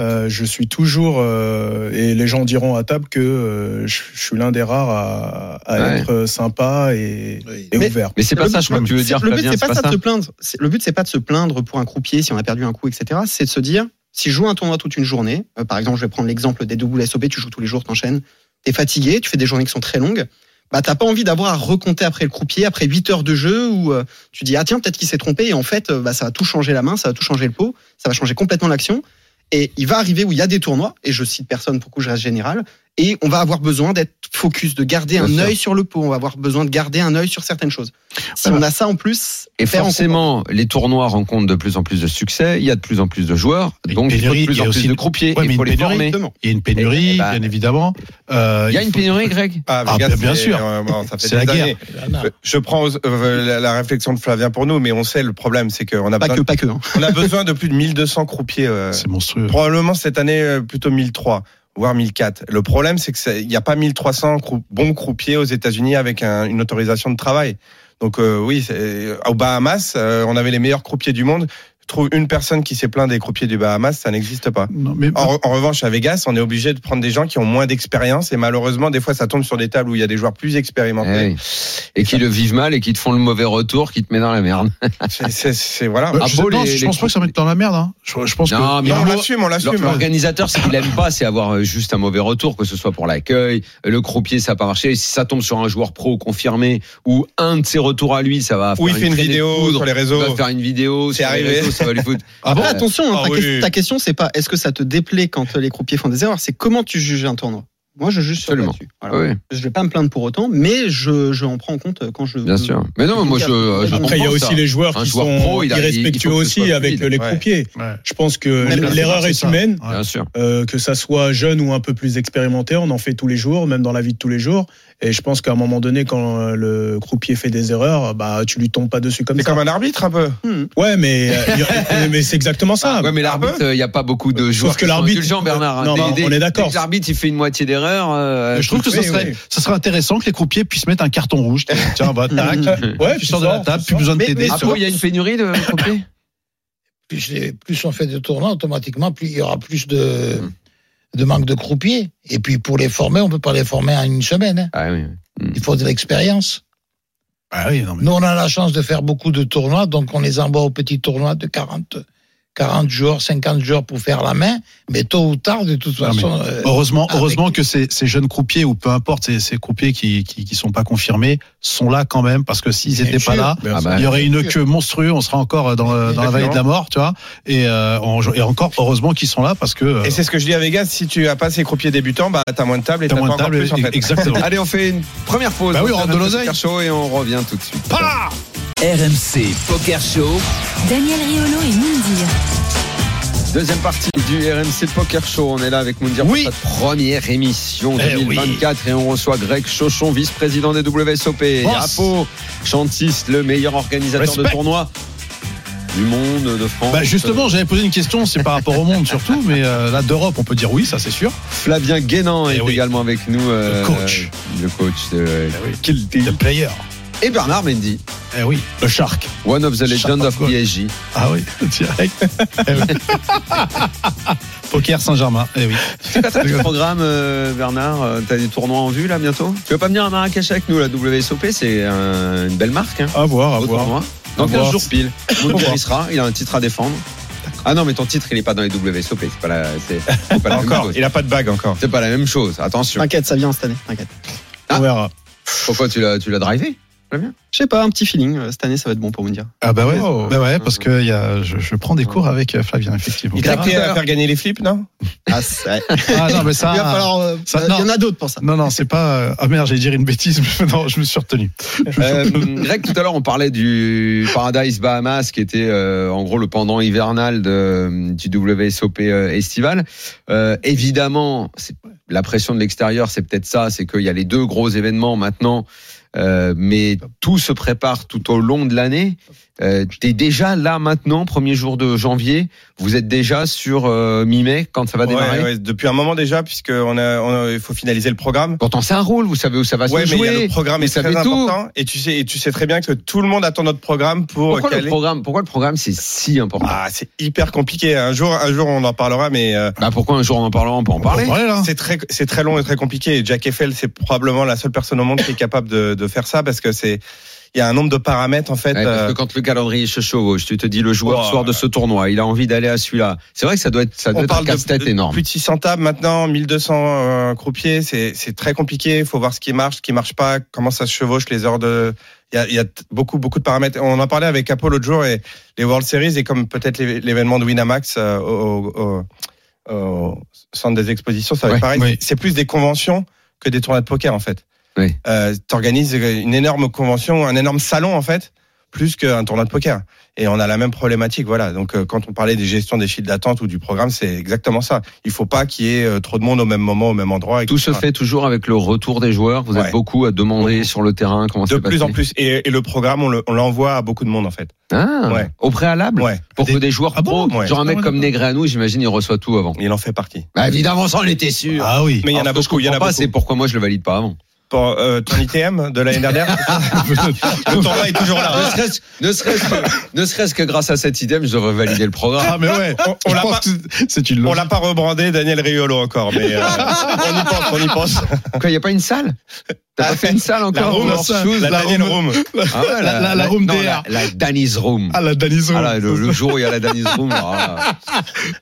euh, je suis toujours euh, et les gens diront à table que euh, je, je suis l'un des rares à, à
Ouais.
être euh, sympa et,
Oui.
et
Mais-
ouvert.
Mais c'est pas
Le
ça,
but,
je crois que tu veux
c'est-
dire,
Le but,
Flavien,
c'est
c'est
pas,
pas
ça de
ça.
se plaindre. C'est- Le but, c'est pas de se plaindre pour un croupier si on a perdu un coup, etc. C'est de se dire, si je joue un tournoi toute une journée, euh, par exemple, je vais prendre l'exemple des doubles SOP, tu joues tous les jours, t'enchaînes, t'es fatigué, tu fais des journées qui sont très longues, bah t'as pas envie d'avoir à recompter après le croupier, après 8 heures de jeu, où euh, tu dis, ah tiens, peut-être qu'il s'est trompé, et en fait, euh, bah, ça va tout changer la main, ça va tout changer le pot, ça va changer complètement l'action. Et il va arriver où il y a des tournois, et je cite personne pour que je reste général, et on va avoir besoin d'être focus, de garder
Bien
un
sûr.
œil sur le pot, on va avoir besoin de garder un œil sur certaines choses. Si on a ça en plus,
Et
faire en
forcément, les tournois rencontrent de plus en plus de succès, il y a de plus en plus de joueurs,
Une
donc il faut
pénurie,
de plus
il y a
en
aussi
plus de
une-
croupiers,
Ouais, mais
il faut
une
les
pénurie.
former.
Exactement.
Il y a une pénurie,
Eh ben,
bien évidemment. Euh,
Il y a une
faut-
pénurie, Greg
Ah,
Ah,
Vegas,
bien- bien
c'est-
sûr.
euh, bon, ça fait
C'est la
des
guerre.
années.
là, non.
Je prends euh, la, la réflexion de Flavien pour nous, mais on sait le problème, c'est qu'on a,
Pas
besoin-
que, pas que. hein.
on a besoin de plus de 1200 croupiers. euh,
C'est monstrueux.
Probablement cette année euh, plutôt 1003 voire 1004. Le problème c'est que c'est- il n'y a pas 1300 crou- bons croupiers aux États-Unis avec un- une autorisation de travail. Donc euh, oui, c'est- aux Bahamas, euh, on avait les meilleurs croupiers du monde. Je trouve une personne qui s'est plaint des croupiers du Bahamas, ça n'existe pas.
Non, mais
En, re- en revanche, à Vegas, on est obligé de prendre des gens qui ont moins d'expérience et malheureusement, des fois, ça tombe sur des tables où il y a des joueurs plus
Eh
expérimentés.
oui. Et qui le vivent mal et qui te font le mauvais retour, qui te met dans la merde.
C'est- C'est c'est- voilà.
Bah,
Ah
je,
bon,
pense,
les-
je
les
pense pas que ça mette dans la merde. Hein. Je, je pense
Non,
que
mais
Non, on
Bravo.
l'assume, on l'assume.
L'organisateur, ce qu'il aime pas, c'est avoir euh, juste un mauvais retour, que ce soit pour l'accueil, le croupier, ça n'a pas marché. Si ça tombe sur un joueur pro confirmé ou un de ses retours à lui, ça va.
Ou il
faire
fait une
traînée de
vidéo
poudre,
sur les réseaux.
Il va faire une vidéo.
C'est
sur les
arrivé.
réseaux, ça va lui foutre.
Après, attention,
Ah
hein, ta,
oui,
que-
oui.
ta question, c'est pas est-ce que ça te déplaît quand les croupiers font des erreurs, c'est comment tu juges un tournoi. Moi, je juge sur
Absolument.
là-dessus.
Ah
Voilà.
ouais,
Je vais pas me plaindre pour autant, mais je, je en prends en compte euh, quand je.
bien sûr. Mais non, moi, je. je
Après,
Après, il y a
comprends
aussi
ça.
les joueurs
Un
qui
joueur
sont
pro, il a- il- il faut
irrespectueux
que ce
aussi
soit
avec
fluide.
les
Ouais.
croupiers.
Ouais.
Je pense que
Même la
l'erreur
finance,
est
c'est ça.
humaine,
Ouais.
Bien sûr.
euh, que ça soit jeune ou un peu plus expérimenté, on en fait tous les jours, même dans la vie de tous les jours. Et je pense qu'à un moment donné, quand euh, le croupier fait des erreurs, bah tu lui tombes pas dessus comme
C'est
ça.
comme un arbitre un peu.
Mmh.
Ouais, mais euh, il y a- mais c'est exactement ça.
Ouais, mais l'arbitre, il n'y a pas beaucoup de joueurs
que
qui sont
l'arbitre-
indulgents, Bernard. hein.
Non,
Dès-
mais on
dès-
est d'accord.
dès que L'arbitre, il fait une moitié d'erreur. euh,
je trouve que ça
oui,
serait,
oui.
ça serait intéressant que les croupiers puissent mettre un carton rouge. Tiens, va, tac,
Ouais,
tu sors de la table,
tu
plus
sors.
besoin de
Mais-
t'aider.
mais-
Ah
tu
bon,
vois.
il y a une pénurie de croupiers
plus, les- plus on fait de tournois, automatiquement, plus il y aura plus de,
Hmm.
de manque de croupiers. Et puis pour les former, on peut pas les former en une semaine. hein.
Ah oui.
Il faut de l'expérience.
Ah oui, non, mais-
Nous, on a la chance de faire beaucoup de tournois, donc on les envoie aux petits tournois de 40, 40 joueurs, 50 joueurs pour faire la main. Mais tôt ou tard, de toute
Non, Ah, mais
façon. euh,
Heureusement,
avec-
heureusement que ces, ces jeunes croupiers ou peu importe ces, ces croupiers qui, qui qui sont pas confirmés sont là quand même parce que s'ils
Bien
étaient pas
sûr.
là,
Ah bah,
il y aurait une
sûr.
queue monstrueuse. On serait encore dans, euh, dans la vallée de la mort, tu vois. Et, euh, on- et encore heureusement qu'ils sont là parce que euh,
Et c'est ce que je dis à Vegas, si tu as pas ces croupiers débutants, bah t'as moins de table et
t'as
t'as
moins de
pas encore
table.
plus en fait.
Exactement.
Allez, on fait une première pause.
Bah oui, on
fait
rentre de
un petit
l'oseille.
Poker Show et on revient tout de suite.
RMC Poker Show.
Daniel Riolo et Mindir.
Deuxième partie du RMC Poker Show. On est là avec Moundir
Oui.
pour notre première émission
Eh
2024 et on reçoit Greg Chauchon, vice-président des WSOP.
Boss.
Apo Chantiste, le meilleur organisateur de
Respect.
tournois du monde, de France.
Bah justement, j'avais posé une question, c'est par rapport au monde surtout, mais euh, là d'Europe, on peut dire oui, ça c'est sûr.
Euh, Flavien Guénan
Eh
est
oui.
également avec nous. euh,
coach. Eh
Le coach de-
Quel le player
Et Bernard Mendy,
Eh oui, le shark. Ah
one of the legends
Sharp
of
goal.
PSG.
Ah oui, direct. Eh oui. Poker Saint-Germain. Eh oui.
C'est quoi le programme, euh, Bernard Euh, T'as des tournois en vue là bientôt Tu veux pas venir à Marrakech avec nous La WSOP, c'est euh, une belle marque. Hein,
À voir, à
au
voir.
tournoi. Dans
À
15
voir.
jours pile. Mounir, il sera, il a un titre à défendre. Ah non, mais ton titre, il est pas dans les WSOP. C'est pas la, c'est, c'est pas la même
Encore,
chose.
il a pas de bague encore.
C'est pas la même chose. Attention.
T'inquiète, ça vient cette année. T'inquiète.
Ah.
On verra.
Pourquoi tu l'as, tu l'as drivé
Je sais pas, un petit feeling. euh, Cette année, ça va être bon pour me dire.
Ah bah ouais,
Oh.
bah ouais parce que il y a, je, je prends des cours avec euh, Flavien, effectivement.
Il t'a appelé à faire gagner les flips, non
Ah, c'est-
Ah non, mais ça.
Il va falloir. euh,
ça-
euh,
non.
Il y en a d'autres pour ça.
Non, non, c'est pas. euh, Ah merde, j'allais dire une bêtise, mais non, je me suis retenu.
Euh, Greg, tout à l'heure, on parlait du Paradise Bahamas, qui était euh, en gros le pendant hivernal de, du WSOP euh, estival. Euh, évidemment, c'est- la pression de l'extérieur, c'est peut-être ça, c'est qu'il y a les deux gros événements maintenant, euh, mais tout se prépare tout au long de l'année. Euh, T'es déjà là maintenant, premier jour de janvier, vous êtes déjà sur euh, mi-mai quand ça va
Ouais,
démarrer.
ouais, Depuis un moment déjà, puisque on a, on a- il faut finaliser le programme.
Pourtant, c'est un rôle, vous savez où ça va
Ouais,
se
mais il
jouer.
y a le programme
vous
est
savez
très
tout.
important. Et tu sais, et tu sais très bien que tout le monde attend notre programme pour
Pourquoi le
caler.
programme Pourquoi le programme c'est si important
Ah, c'est hyper compliqué. Un jour, un jour, on en parlera, mais euh,
Bah pourquoi un jour on en parlera, on peut en parler.
On parlait, là.
c'est très, c'est très long et très compliqué. Et Jack Eiffel, c'est probablement la seule personne au monde qui est capable de, de faire ça parce que c'est, il y a un nombre de paramètres en fait.
Ouais,
euh,
parce que quand le calendrier se chevauche, tu te dis le joueur
Oh,
sort de ce tournoi, il a envie d'aller à celui-là. C'est vrai que ça doit être ça doit
on
être un
parle de,
casse-tête
de
énorme.
plus de 600 tables maintenant, 1200 euh, croupiers, c'est c'est très compliqué. Il faut voir ce qui marche, ce qui marche pas, comment ça se chevauche, les heures de. Il y a, il y a t- beaucoup beaucoup de paramètres. On en parlait avec Apo l'autre jour et les World Series et comme peut-être l'é- l'événement de Winamax euh, au, au- au- au centre des expositions, ça va
Ouais,
être pareil.
oui.
C'est plus des conventions que des tournois de poker en fait.
Oui.
Euh, T'organises une énorme convention, un énorme salon en fait, plus qu'un tournoi de poker. Et on a la même problématique, voilà. Donc euh, quand on parlait des gestions des files d'attente ou du programme, c'est exactement ça. Il faut pas qu'il y ait euh, trop de monde au même moment, au même endroit.
Tout se
etc.
fait toujours avec le retour des joueurs. Vous
Ouais.
êtes beaucoup à demander sur le terrain comment
de
c'est
plus
passé.
en plus. Et, et le programme, on le- on l'envoie à beaucoup de monde en fait.
Ah,
Ouais.
Au préalable,
Ouais,
pour
Des-
que des joueurs
Ah
pro,
bon
Ouais.
genre un mec
Ah ouais,
comme Negreanu, j'imagine, il reçoit tout avant.
il en fait partie.
Bah, évidemment, ça on était sûr.
Ah oui.
Mais il y en a
Alors, ce que
beaucoup.
je
Il y en a
comprends pas,
beaucoup.
c'est pourquoi moi je le valide pas avant.
Pour, euh, ton ITM de l'année dernière, le tournoi est toujours là.
Ne serait-ce, ne serait-ce que, ne serait-ce que grâce à cet idem, je devrais valider le programme.
Ah mais ouais.
On- on
je
l'a
pense
pas-
que c'est une
On
loge.
l'a pas rebrandé Daniel Riolo encore, mais euh, on y pense, on y pense.
Quoi, il y a pas une salle T'as pas fait une salle encore
Ah. La room,
Hors
ça.
chose,
La,
La
Daniel
room.
Room.
Ah ouais,
La- la- la room
non,
DR.
la, la Danny's Room.
Ah la Daniso.
Ah là, le, le jour où il y a la Danny's Room. ah,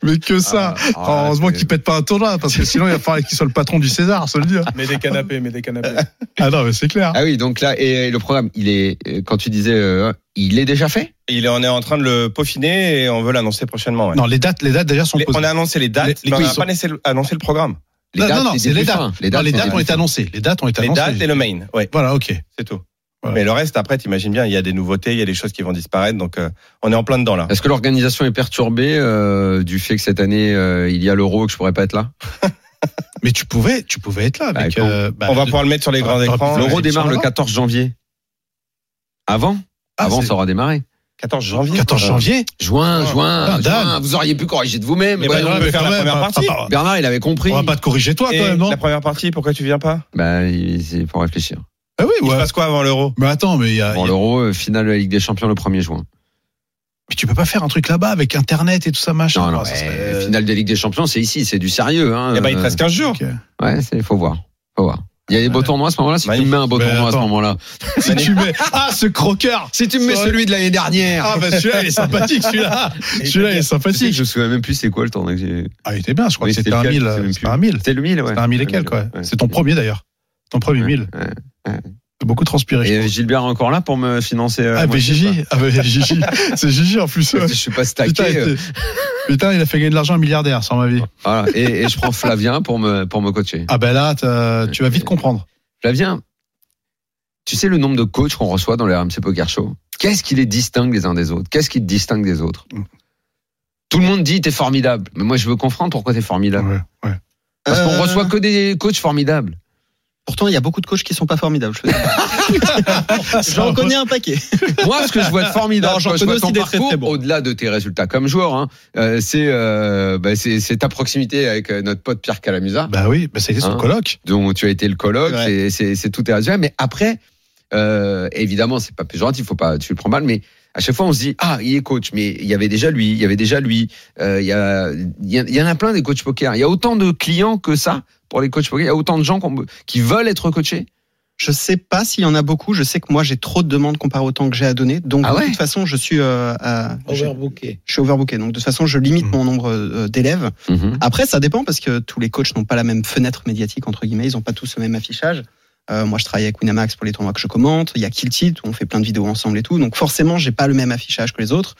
Mais que ça.
Ah, ah,
Ah, heureusement
c'est-
qu'il pète pas un tournoi parce que sinon il va falloir qu'il soit le patron du César, se le dire.
Mais des canapés, mais des canapés.
Ah non, mais c'est clair.
Ah oui, donc là, et, et le programme, il est, euh, quand tu disais, euh, il est déjà fait
Il est, on est en train de le peaufiner et on veut l'annoncer prochainement. ouais.
Non, les dates, les dates déjà sont
Les-
posées.
on a annoncé les dates,
Les-
mais on
les-
n'a pas laissé le- annoncé le programme.
Les
Non,
dates,
non, non,
c'est
c'est les
début
dates.
fin.
Non, les
c'est
dates ont
début
été
fin.
annoncées. Les dates ont été
Les
annoncées.
dates et le main, ouais,
Voilà, ok.
c'est tout.
Voilà.
Mais le reste, après, t'imagines bien, il y a des nouveautés, il y a des choses qui vont disparaître, donc euh, on est en plein dedans là.
Est-ce que l'organisation est perturbée euh, du fait que cette année, euh, il y a l'euro et que je pourrais pas être là
Mais tu pouvais, tu pouvais être là avec.
Bah, écoute,
euh, bah,
Ah, on va
de-
pouvoir le mettre sur les
bah,
grands
bah,
écrans.
l'Euro
L'euro
ouais,
démarre
sûrement.
le 14 janvier. Avant
Ah,
Avant,
c'est-
ça aura démarré.
14 janvier.
14 janvier.
Juin,
Ah,
juin,
ah,
juin,
dame.
vous auriez pu corriger de vous-même.
Mais
Bah,
bah, on
non,
peut
mais
faire
quand
la
même,
première
pas-
partie.
pas-
Bernard, il avait compris.
On va pas te corriger toi
Et
quand même, hein. non
la première partie, pourquoi tu viens pas
Bah, il- c'est pour réfléchir.
Ah oui,
Il se
ouais.
passe quoi avant l'euro
Mais attends, mais il y a,
Bon,
il y a-
l'euro, euh, finale de la Ligue des Champions le 1er juin.
mais tu peux pas faire un truc là-bas avec internet et tout ça machin.
Non, bah, non,
Ah, ça
mais
serait-
finale des Ligue des Champions, c'est ici, c'est du sérieux. Hein.
Eh ben, il te reste 15 jours.
Ok.
Euh, Ouais, c'est, faut voir. Faut voir. Il y a des beaux tournois à ce moment-là, si tu
Magnifique.
me mets un beau
Mais
tournoi à ce
attends.
moment-là.
Si tu mets ah ce croqueur.
Si tu me mets
Ça-
celui de l'année dernière.
Ah bah celui-là il est sympathique celui-là. Celui-là il est
Tu sais que
sympathique.
je me souviens même plus c'est quoi le tournoi que j'ai-
Ah il était bien, je crois
Oui,
que c'était
c'était
un
lequel,
mille,
je sais même
c'était
plus.
un mille,
C'était le 1000, ouais.
c'était un mille et quelques ouais. C'est ton premier d'ailleurs, ton premier
Ouais,
mille.
ouais, ouais.
T'as beaucoup transpiré.
Et euh, Gilbert est encore là pour me financer. euh,
Ah
moi,
mais
je sais
Gigi, ah bah Gigi, c'est Gigi en plus.
pas.
ouais.
Je suis pas
Putain,
stacké. euh,
il était- Putain, il a fait gagner de l'argent à un milliardaire sans ma vie.
voilà. et, et je prends Flavien pour me, pour me coacher.
Ah ben là, t'as- tu vas vite comprendre.
Flavien, tu sais le nombre de coachs qu'on reçoit dans le RMC Poker Show Qu'est-ce qui les distingue les uns des autres Qu'est-ce qui te distingue des autres
Mm.
Tout le monde dit t'es formidable. Mais moi, je veux comprendre pourquoi t'es formidable.
Ouais, ouais.
Parce qu'on
Euh,
reçoit que des coachs formidables.
Pourtant, il y a beaucoup de coachs qui sont pas formidables. je peux dire. J'en connais un paquet.
Moi, ce que je vois de formidable,
Non, j'en
quand je
connais
vois ton
aussi des très,
parcours,
très bons.
au-delà de tes résultats comme joueur, hein, euh, c'est euh, bah, c'est- c'est ta proximité avec euh, notre pote Pierre Calamusa,
Bah oui, bah c'était son
Hein.
colloque.
dont tu as été le colloque,
Ouais.
c'est- c'est c'est tout tes résultats. Mais après, euh, évidemment, c'est pas péjoratif, faut pas, tu le prends mal, mais à chaque fois on se dit ah il est coach, mais il y avait déjà lui, il y avait déjà lui. Euh, Il y, a, il y a- il y en a plein des coachs poker. Il y a autant de clients que ça pour les coachs poker. Il y a autant de gens qu'on- qui veulent être coachés.
Je sais pas s'il y en a beaucoup. Je sais que moi, j'ai trop de demandes comparé au temps que j'ai à donner. Donc,
Ah ouais
de toute façon, je suis, euh, à- j'ai-
Overbooké.
je suis overbooké. Donc, de toute façon, je limite
Hmm.
Mhm.
mon nombre euh, d'élèves. Après, ça dépend parce que tous les coachs n'ont pas la même fenêtre médiatique, entre guillemets. Ils n'ont pas tous le même affichage. Euh, moi, je travaille avec Winamax pour les tournois que je commente. Il y a Kill Tilt où on fait plein de vidéos ensemble et tout. Donc, forcément, j'ai pas le même affichage que les autres.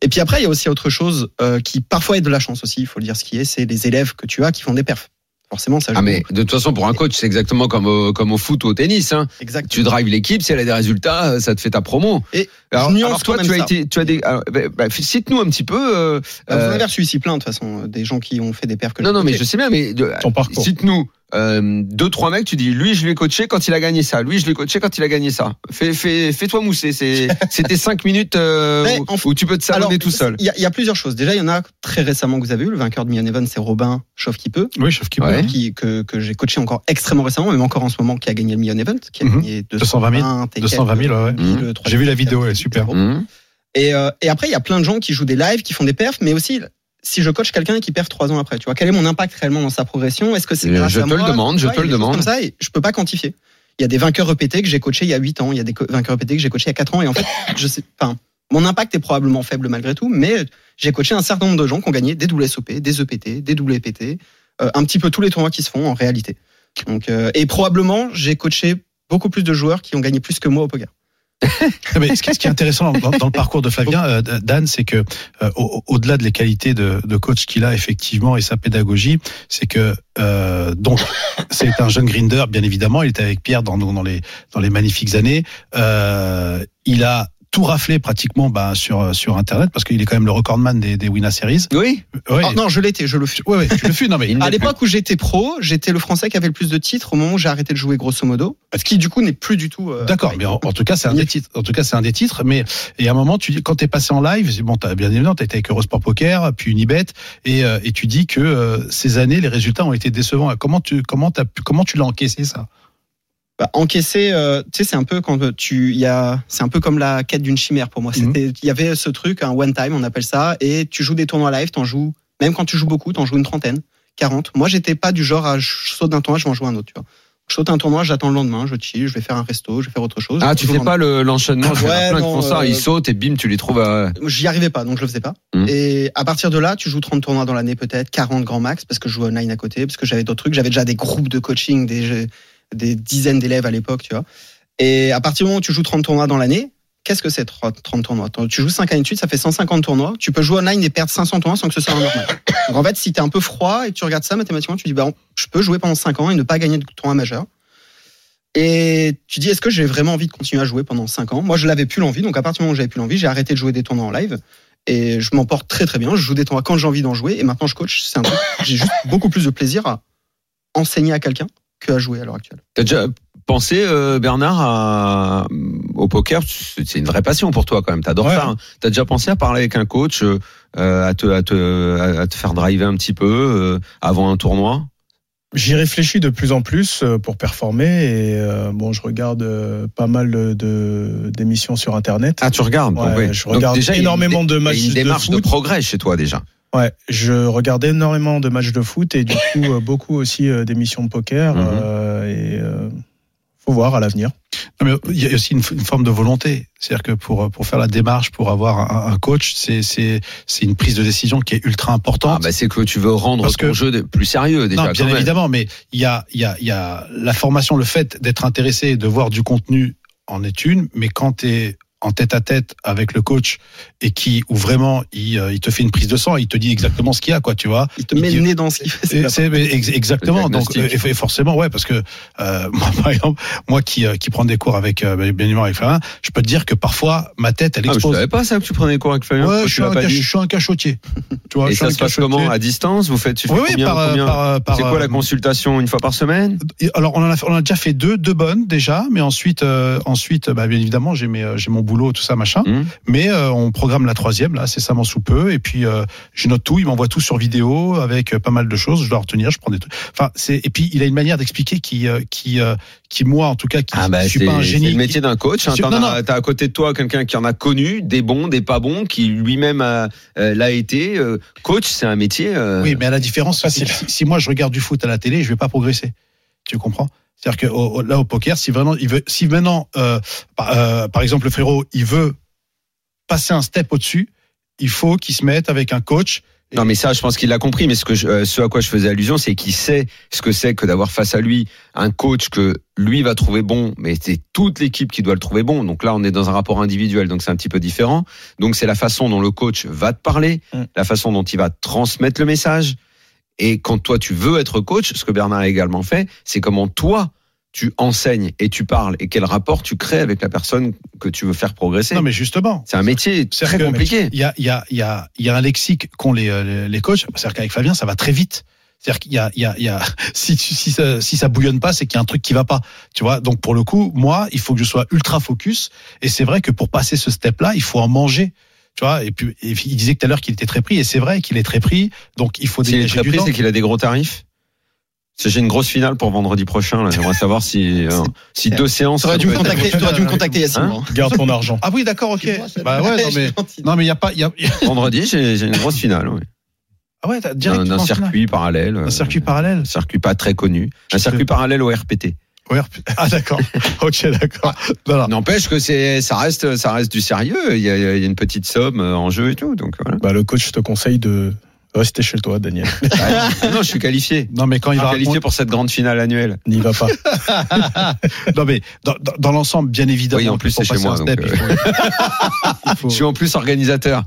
Et puis après, il y a aussi autre chose euh, qui parfois est de la chance aussi. Il faut le dire ce qui est, c'est les élèves que tu as qui font des perfs. Forcément, ça joue.
Ah mais de toute façon pour un coach c'est exactement comme au, comme au foot ou au tennis. Hein.
Exact.
Tu drives l'équipe, si elle a des résultats, euh, ça te fait ta promo.
Et
alors,
je nuance
alors toi
quand même
tu as
ça.
été, tu as des, alors, bah, bah, cite-nous un petit peu. euh,
Bah,
euh,
vous en avez reçu ici plein, de toute façon, euh, des gens qui ont fait des perfs que
non
j'ai
non mais
coachés.
je sais bien mais de-
Ton
Oh.
parcours.
Cite-nous euh, deux trois mecs. Tu dis lui je l'ai coaché quand il a gagné ça. Lui je l'ai coaché quand il a gagné ça. Fais fais fais-toi mousser. C'est c'était cinq minutes euh,
Mais
où,
en fait-
où tu peux te
Alors,
salonner tout seul.
Il y, a- il y a plusieurs choses. Déjà, il y en a très récemment que vous avez eu. Le vainqueur de Mian Evans, c'est Robin Chauffe qui peut.
Oui, chef qui
Ouais.
peut.
qui, que, que j'ai coaché encore extrêmement récemment, même encore en ce moment, qui a gagné le million event, qui a
Mhm.
gagné
220 000,
220 et quelques
220 000, ouais.
Mhm.
mille,
J'ai vu la vidéo, elle est super.
Hum,
Et, euh, et après, il y a plein de gens qui jouent des lives, qui font des perfs, mais aussi, si je coach quelqu'un qui perd trois ans après, tu vois, quel est mon impact réellement dans sa progression Est-ce que c'est
Je
grâce
te
à
le
moi
demande,
Tu
je
vois,
te
il y a
le
des choses
demande.
Comme ça, et je peux pas quantifier. Il y a des vainqueurs répétés que j'ai coachés il y a 8 ans, il y a des co- vainqueurs répétés que j'ai coachés il y a 4 ans, et en fait, je sais, enfin, mon impact est probablement faible malgré tout, mais j'ai coaché un certain nombre de gens qui ont gagné des WSOP, des EPT, des WPT, euh, un petit peu tous les tournois qui se font en réalité. Donc, euh, et probablement, j'ai coaché beaucoup plus de joueurs qui ont gagné plus que moi au poker.
Non, mais ce qui ce qui est intéressant dans, dans le parcours de Flavien, euh, Dan, c'est que euh, au- au-delà de les qualités de, de coach qu'il a effectivement et sa pédagogie, c'est que euh, donc c'est un jeune grinder, bien évidemment. Il était avec Pierre dans, dans les dans les magnifiques années. Euh, il a tout raflé pratiquement bah, sur sur internet parce qu'il est quand même le recordman des, des Winna Series.
Oui.
Ouais,
Oh, non, je l'étais, je le fus.
ouais, ouais, tu le fus, non mais
Il
À
n'est plus.
l'époque où j'étais pro, j'étais le Français qui avait le plus de titres au moment où j'ai arrêté de jouer grosso modo, ce qui du coup n'est plus du tout. euh,
D'accord,
pareil.
mais en, en tout cas, c'est un des titres. En tout cas, c'est un des titres. Mais et à un moment, tu dis quand t'es passé en live, c'est- bon, t'as bien évidemment, t'as été avec Eurosport Poker, puis Unibet, et, euh, et tu dis que euh, ces années, les résultats ont été décevants. Comment tu comment t'as pu- comment tu l'as encaissé ça
Bah, encaisser, euh, tu sais, c'est un peu quand euh, tu, il y a, c'est un peu comme la quête d'une chimère pour
Mhm.
moi. C'était, il y avait ce truc, un one time, on appelle ça, et tu joues des tournois live, t'en joues, même quand tu joues beaucoup, t'en joues une trentaine, 40. Moi, j'étais pas du genre à, je saute d'un tournoi, je vais en jouer un autre, tu vois. Je saute un tournoi, j'attends le lendemain, je chill, je vais faire un resto, je vais faire autre chose.
Ah
Je
tu
joue
fais
le
pas le- l'enchaînement. Il y en a
Ouais,
plein qui
non,
font ça.
euh,
Ils sautent et bim tu les trouves. à-
j'y arrivais pas, donc je le faisais pas.
Mhm.
Et à partir de là, tu joues 30 tournois dans l'année peut-être, 40 grand max, parce que je jouais online à côté, parce que j'avais d'autres trucs, j'avais déjà des groupes de coaching, des, jeux- des dizaines d'élèves à l'époque, tu vois. Et à partir du moment où tu joues 30 tournois dans l'année, qu'est-ce que c'est 30 30 tournois Attends, Tu joues 5 années de suite, ça fait 150 tournois, tu peux jouer online et perdre 500 tournois sans que ce soit normal. Donc en fait, si t'es un peu froid et que tu regardes ça, mathématiquement, tu dis, bah, je peux jouer pendant 5 ans et ne pas gagner de tournoi majeur. Et tu dis, est-ce que j'ai vraiment envie de continuer à jouer pendant 5 ans Moi, je l'avais plus l'envie, donc à partir du moment où j'avais plus l'envie, j'ai arrêté de jouer des tournois en live. Et je m'en porte très très bien. Je joue des tournois quand j'ai envie d'en jouer. Et maintenant, je coach. C'est un truc. J'ai juste beaucoup plus de plaisir à enseigner à quelqu'un que à jouer à l'heure actuelle.
T'as déjà pensé, euh, Bernard, à- au poker C'est c'est une vraie passion pour toi quand même. T'adores
Ouais.
ça. hein. T'as déjà pensé à parler avec un coach, euh, euh, à, te, à, te, à te faire driver un petit peu euh, avant un tournoi
J'y réfléchis de plus en plus euh, pour performer et euh, bon, je regarde euh, pas mal de- de d'émissions sur internet.
Ah, tu regardes
Ouais,
donc, ouais.
je
Donc,
regarde
déjà, il y a une
énormément
dé-
de matchs
Il y a une
de
démarche de,
foot.
progrès chez toi déjà.
Ouais, je regarde énormément de matchs de foot et du coup euh, beaucoup aussi euh, d'émissions de poker
Mhm.
euh, et euh, faut voir à l'avenir.
Non, mais il y a aussi une, f- une forme de volonté. C'est-à-dire que pour euh, pour faire la démarche, pour avoir un, un coach, c'est c'est c'est une prise de décision qui est ultra
Ah,
importante.
bah, c'est que tu veux rendre
Parce
ton
que-
jeu de- plus sérieux déjà.
Non,
quand
bien
même. Ah,
évidemment, mais il y a, il y, a, il y a la formation, le fait d'être intéressé et de voir du contenu en est une, mais quand tu es en tête à tête avec le coach et qui, ou vraiment, il, euh, il te fait une prise de sang, il te dit exactement ce qu'il y a, quoi, tu vois.
Il te
Il
met
dit-
le nez dans ce qu'il fait.
Et C'est mais ex- exactement.
Le
Donc,
diagnostic.
euh, et- et forcément, ouais, parce que euh, moi, par exemple, moi qui euh, qui prends des cours avec euh, bien évidemment avec Flavin, je peux te dire que parfois ma tête elle
Ah, mais je
explose.
savais pas ça que tu prenais cours avec Fabien.
ouais,
Pourquoi
je
tu
suis,
l'as
un
pas
cache-
dit
je suis un cachotier. Tu vois, je
Et
suis
ça
un
se passe
cachotier.
comment À distance Vous faites tu fais
Oui, oui,
combien,
par, euh,
combien
par, euh, par,
C'est quoi la
euh,
consultation Une fois par semaine
Et Alors on en a, fait- on en a déjà fait deux, deux bonnes déjà, mais ensuite, euh, ensuite, bah, bien évidemment, j'ai mes, euh, j'ai mon boulot, tout ça, machin.
Hum.
Mais euh, on programme la troisième, là, c'est ça m'en sous peu. Et puis, euh, je note tout, il m'envoie tout sur vidéo avec euh, pas mal de choses. Je dois retenir, je prends des trucs. Enfin, c'est et puis il a une manière d'expliquer qui, euh, qui, euh, qui moi en tout cas, qui,
Ah bah,
je suis
c'est-
pas un
C'est
génie.
le métier d'un coach. hein.
Je suis-
T'en
non,
as- T'as à côté de toi quelqu'un qui en a connu, des bons, des pas bons, qui lui-même a- euh, l'a été. Euh, Coach, c'est un métier. euh,
Oui, mais à la différence, si, si- si moi je regarde du foot à la télé, je vais pas progresser. Tu comprends C'est-à-dire que au- au- là au poker, si vraiment il veut, si maintenant, euh, par, euh, par exemple le frérot, il veut passer un step au-dessus, il faut qu'il se mette avec un coach.
Non, mais ça, je pense qu'il l'a compris. Mais ce, que je- euh, ce à quoi je faisais allusion, c'est qu'il sait ce que c'est que d'avoir face à lui un coach que lui va trouver bon, mais c'est toute l'équipe qui doit le trouver bon. Donc là, on est dans un rapport individuel, donc c'est un petit peu différent. Donc c'est la façon dont le coach va te parler,
Mm.
la façon dont il va transmettre le message. Et quand toi, tu veux être coach, ce que Bernard a également fait, c'est comment toi, tu enseignes et tu parles et quel rapport tu crées avec la personne que tu veux faire progresser.
Non, mais justement.
C'est un métier
C'est-à-dire
très
que-
compliqué.
Il y a, il y, a, il y, a, il y a un lexique qu'ont les, euh, les, les coachs. C'est-à-dire qu'avec Fabien, ça va très vite. C'est-à-dire qu'il y a, il y a, il y a si, tu- si, ça, si ça bouillonne pas, c'est qu'il y a un truc qui va pas. Tu vois. Donc pour le coup, moi, il faut que je sois ultra focus. Et c'est vrai que pour passer ce step-là, il faut en manger. Tu vois. Et puis et puis, il disait tout à l'heure qu'il était très pris, et c'est vrai qu'il est très pris. Donc il faut
S'il est
dégager
très
du
pris,
temps.
c'est qu'il a des gros tarifs. Parce que J'ai une grosse finale pour vendredi prochain. là. J'aimerais savoir si, euh, si deux séances.
Tu aurais dû
ça
me
peut être-
contacter, tu aurais dû me contacter il y a six
Hein
mois.
Garde ton argent.
Ah oui, d'accord, ok.
Tu vois, c'est-
Bah ouais, non mais non mais il y a pas, il y a,
Vendredi, j'ai j'ai une grosse finale. Oui.
ah ouais,
D'un
t'as direct
d'un
en finale.
circuit parallèle. euh,
un circuit parallèle.
Un circuit pas très connu. Un
Je
circuit
sais.
parallèle au RPT.
Ouais, ah d'accord, ok, d'accord.
Ah.
Voilà.
N'empêche que c'est, ça reste, ça reste du sérieux. Il y, a, il y a une petite somme euh, en jeu et tout. Donc voilà.
Bah, le coach te conseille de rester chez toi, Daniel.
Ah, non, je suis qualifié.
Non mais quand
Je
il
suis
va
qualifié pour cette grande finale annuelle.
N'y va pas.
Non, mais dans, dans- dans l'ensemble, bien évidemment.
Oui, en plus,
pour
c'est chez
passer
moi,
un step,
donc, euh,
il faut- il faut-
Je suis en plus organisateur.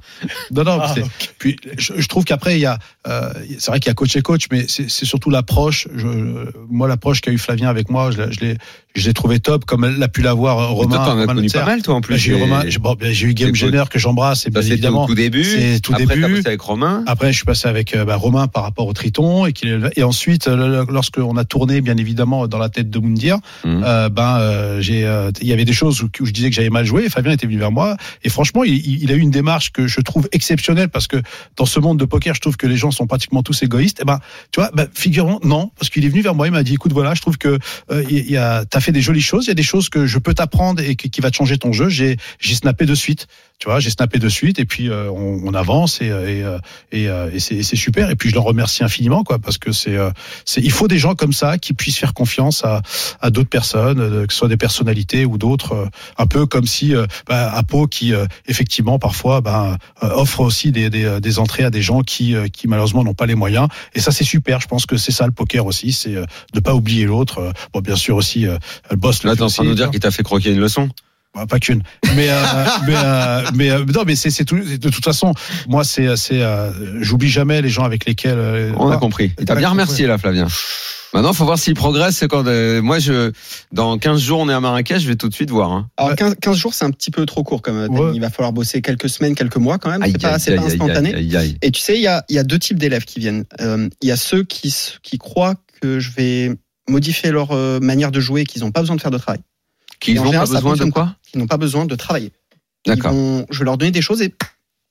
Non, non,
Ah,
c'est- puis, je, je trouve qu'après, il y a. euh, c'est vrai qu'il y a coach et coach, mais c'est c'est surtout l'approche. Je- Moi, l'approche qu'a eu Flavien avec moi, je l'ai- je l'ai- je l'ai trouvé top, comme l'a pu l'avoir euh,
Mais
Romain.
toi, t'en as
Romain
connu
Letzer.
pas mal, toi, en plus.
J'ai eu,
Et-
Romain- j'ai- bon, bien, j'ai eu Game
coach.
Jenner que j'embrasse, et
Ça,
bien
c'était au
Eh ben, évidemment.
tout début.
C'est tout
Après, t'as
début. Ah,
bossé avec Romain.
Après, je suis passé avec euh, bah, Romain par rapport au Triton et, qu'il- et ensuite, euh, le- le- lorsqu'on a tourné, bien évidemment, dans la tête de Moundir,
Mhm.
euh, ben euh, j'ai, euh, il y avait des choses où, où je disais que j'avais mal joué. Et Fabien était venu vers moi et franchement, il, il- il a eu une démarche que je trouve exceptionnelle parce que dans ce monde de poker, je trouve que les gens sont pratiquement tous égoïstes. Et ben, tu vois, ben, figurons, non, parce qu'il est venu vers moi, il m'a dit, écoute, voilà, je trouve que euh, il y a, t'as fait des jolies choses, il y a des choses que je peux t'apprendre et qui, qui va te changer ton jeu. J'ai, j'ai snappé de suite. Tu vois, j'ai snappé de suite et puis euh, on, on avance et, euh, et, euh, et, euh, et c'est, et c'est super. Et puis je leur remercie infiniment, quoi, parce que c'est, euh, c'est, il faut des gens comme ça qui puissent faire confiance à, à d'autres personnes, euh, que ce soit des personnalités ou d'autres, euh, un peu comme si euh, bah, Apo qui euh, effectivement parfois ben, euh, offre aussi des, des, euh, des entrées à des gens qui, euh, qui malheureusement n'ont pas les moyens. Et ça c'est super. Je pense que c'est ça le poker aussi, c'est euh, de pas oubliler l'autre. Euh, Bon bien sûr aussi euh, le boss. le
Là,
fait
t'es en train
aussi,
de nous dire
tu
qu'il t'a fait croquer une leçon.
Bah, pas qu'une. Mais, euh, mais, euh, mais euh, non, mais c'est c'est tout. De toute façon, moi, c'est c'est. euh, J'oublie jamais les gens avec lesquels. euh,
On a
ah,
compris. Il t'a
Ouais,
bien
ouais.
remercié là, Flavien. Maintenant, faut voir s'il progresse. Quand euh, moi, je dans 15 jours, on est à Marrakech. Je vais tout de suite voir. hein.
Alors 15, 15 jours, c'est un petit peu trop court quand même.
Ouais.
Il va falloir bosser quelques semaines, quelques mois quand même. Ah, C'est pas, c'est pas
aïe,
instantané.
aïe, aïe.
Et tu sais, il y a, il y a deux types d'élèves qui viennent. Euh, Il y a ceux qui, s- qui croient que je vais modifier leur euh, manière de jouer, et qu'ils n'ont pas besoin de faire de travail,
Qu'ils
Et en
n'ont pas
général, ça
besoin de
fonctionne
quoi
qu'ils n'ont pas besoin de travailler. Ils
D'accord.
vont- je vais leur donner des choses et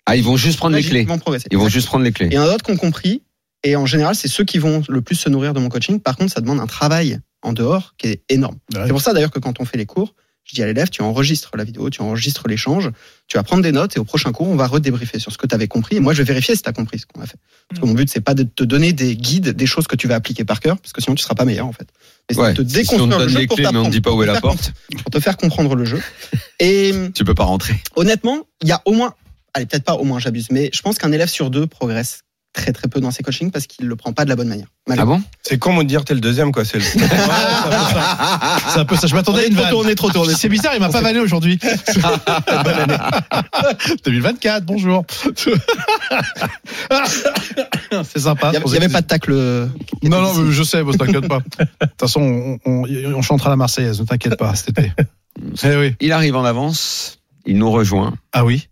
Ah, ils vont juste prendre les
ils
clés.
vont progresser.
Ils vont juste prendre les
Et il y
clés.
en a d'autres qui ont compris. Et en général, c'est ceux qui vont le plus se nourrir de mon coaching. Par contre, ça demande un travail en dehors qui est énorme.
Bah
Ouais.
C'est pour ça d'ailleurs que quand on fait les cours, je dis à l'élève, tu enregistres la vidéo, tu enregistres l'échange, tu vas prendre des notes et au prochain cours, on va redébriefer sur ce que tu avais compris. Et moi, je vais vérifier si tu as compris ce qu'on a fait. Parce
Mm.
que mon but, c'est pas de te donner des guides, des choses que tu vas appliquer par cœur, parce que sinon, tu seras pas meilleur en fait. Mais c'est
Ouais.
de
Si on
te
te
déconstruire le
donne
jeu
les
pour
clés, mais on ne
t'apprendre,
dit pas où est la
pour te
porte,
faire- pour te faire comprendre le jeu. Et
tu peux pas rentrer.
honnêtement, il y a au moins, allez, peut-être pas au moins, j'abuse, mais je pense qu'un élève sur deux progresse très très peu dans ses coachings parce qu'il le prend pas de la bonne manière.
Ah
Malgré-
bon
C'est con, me dire, t'es le deuxième, quoi. C'est le.
C'est un peu ça. Je m'attendais à une vanne. Tourné, trop tourné. C'est bizarre, il m'a pas vanné aujourd'hui. Bonne année. 2024, bonjour. C'est sympa.
Il n'y avait, il y avait pas de tacle. euh,
Non, non, mais je sais, ne t'inquiète pas. De toute façon, on, on, on chantera la Marseillaise, ne t'inquiète pas, cet été. Eh oui.
Il arrive en avance. Il nous rejoint.
Ah oui.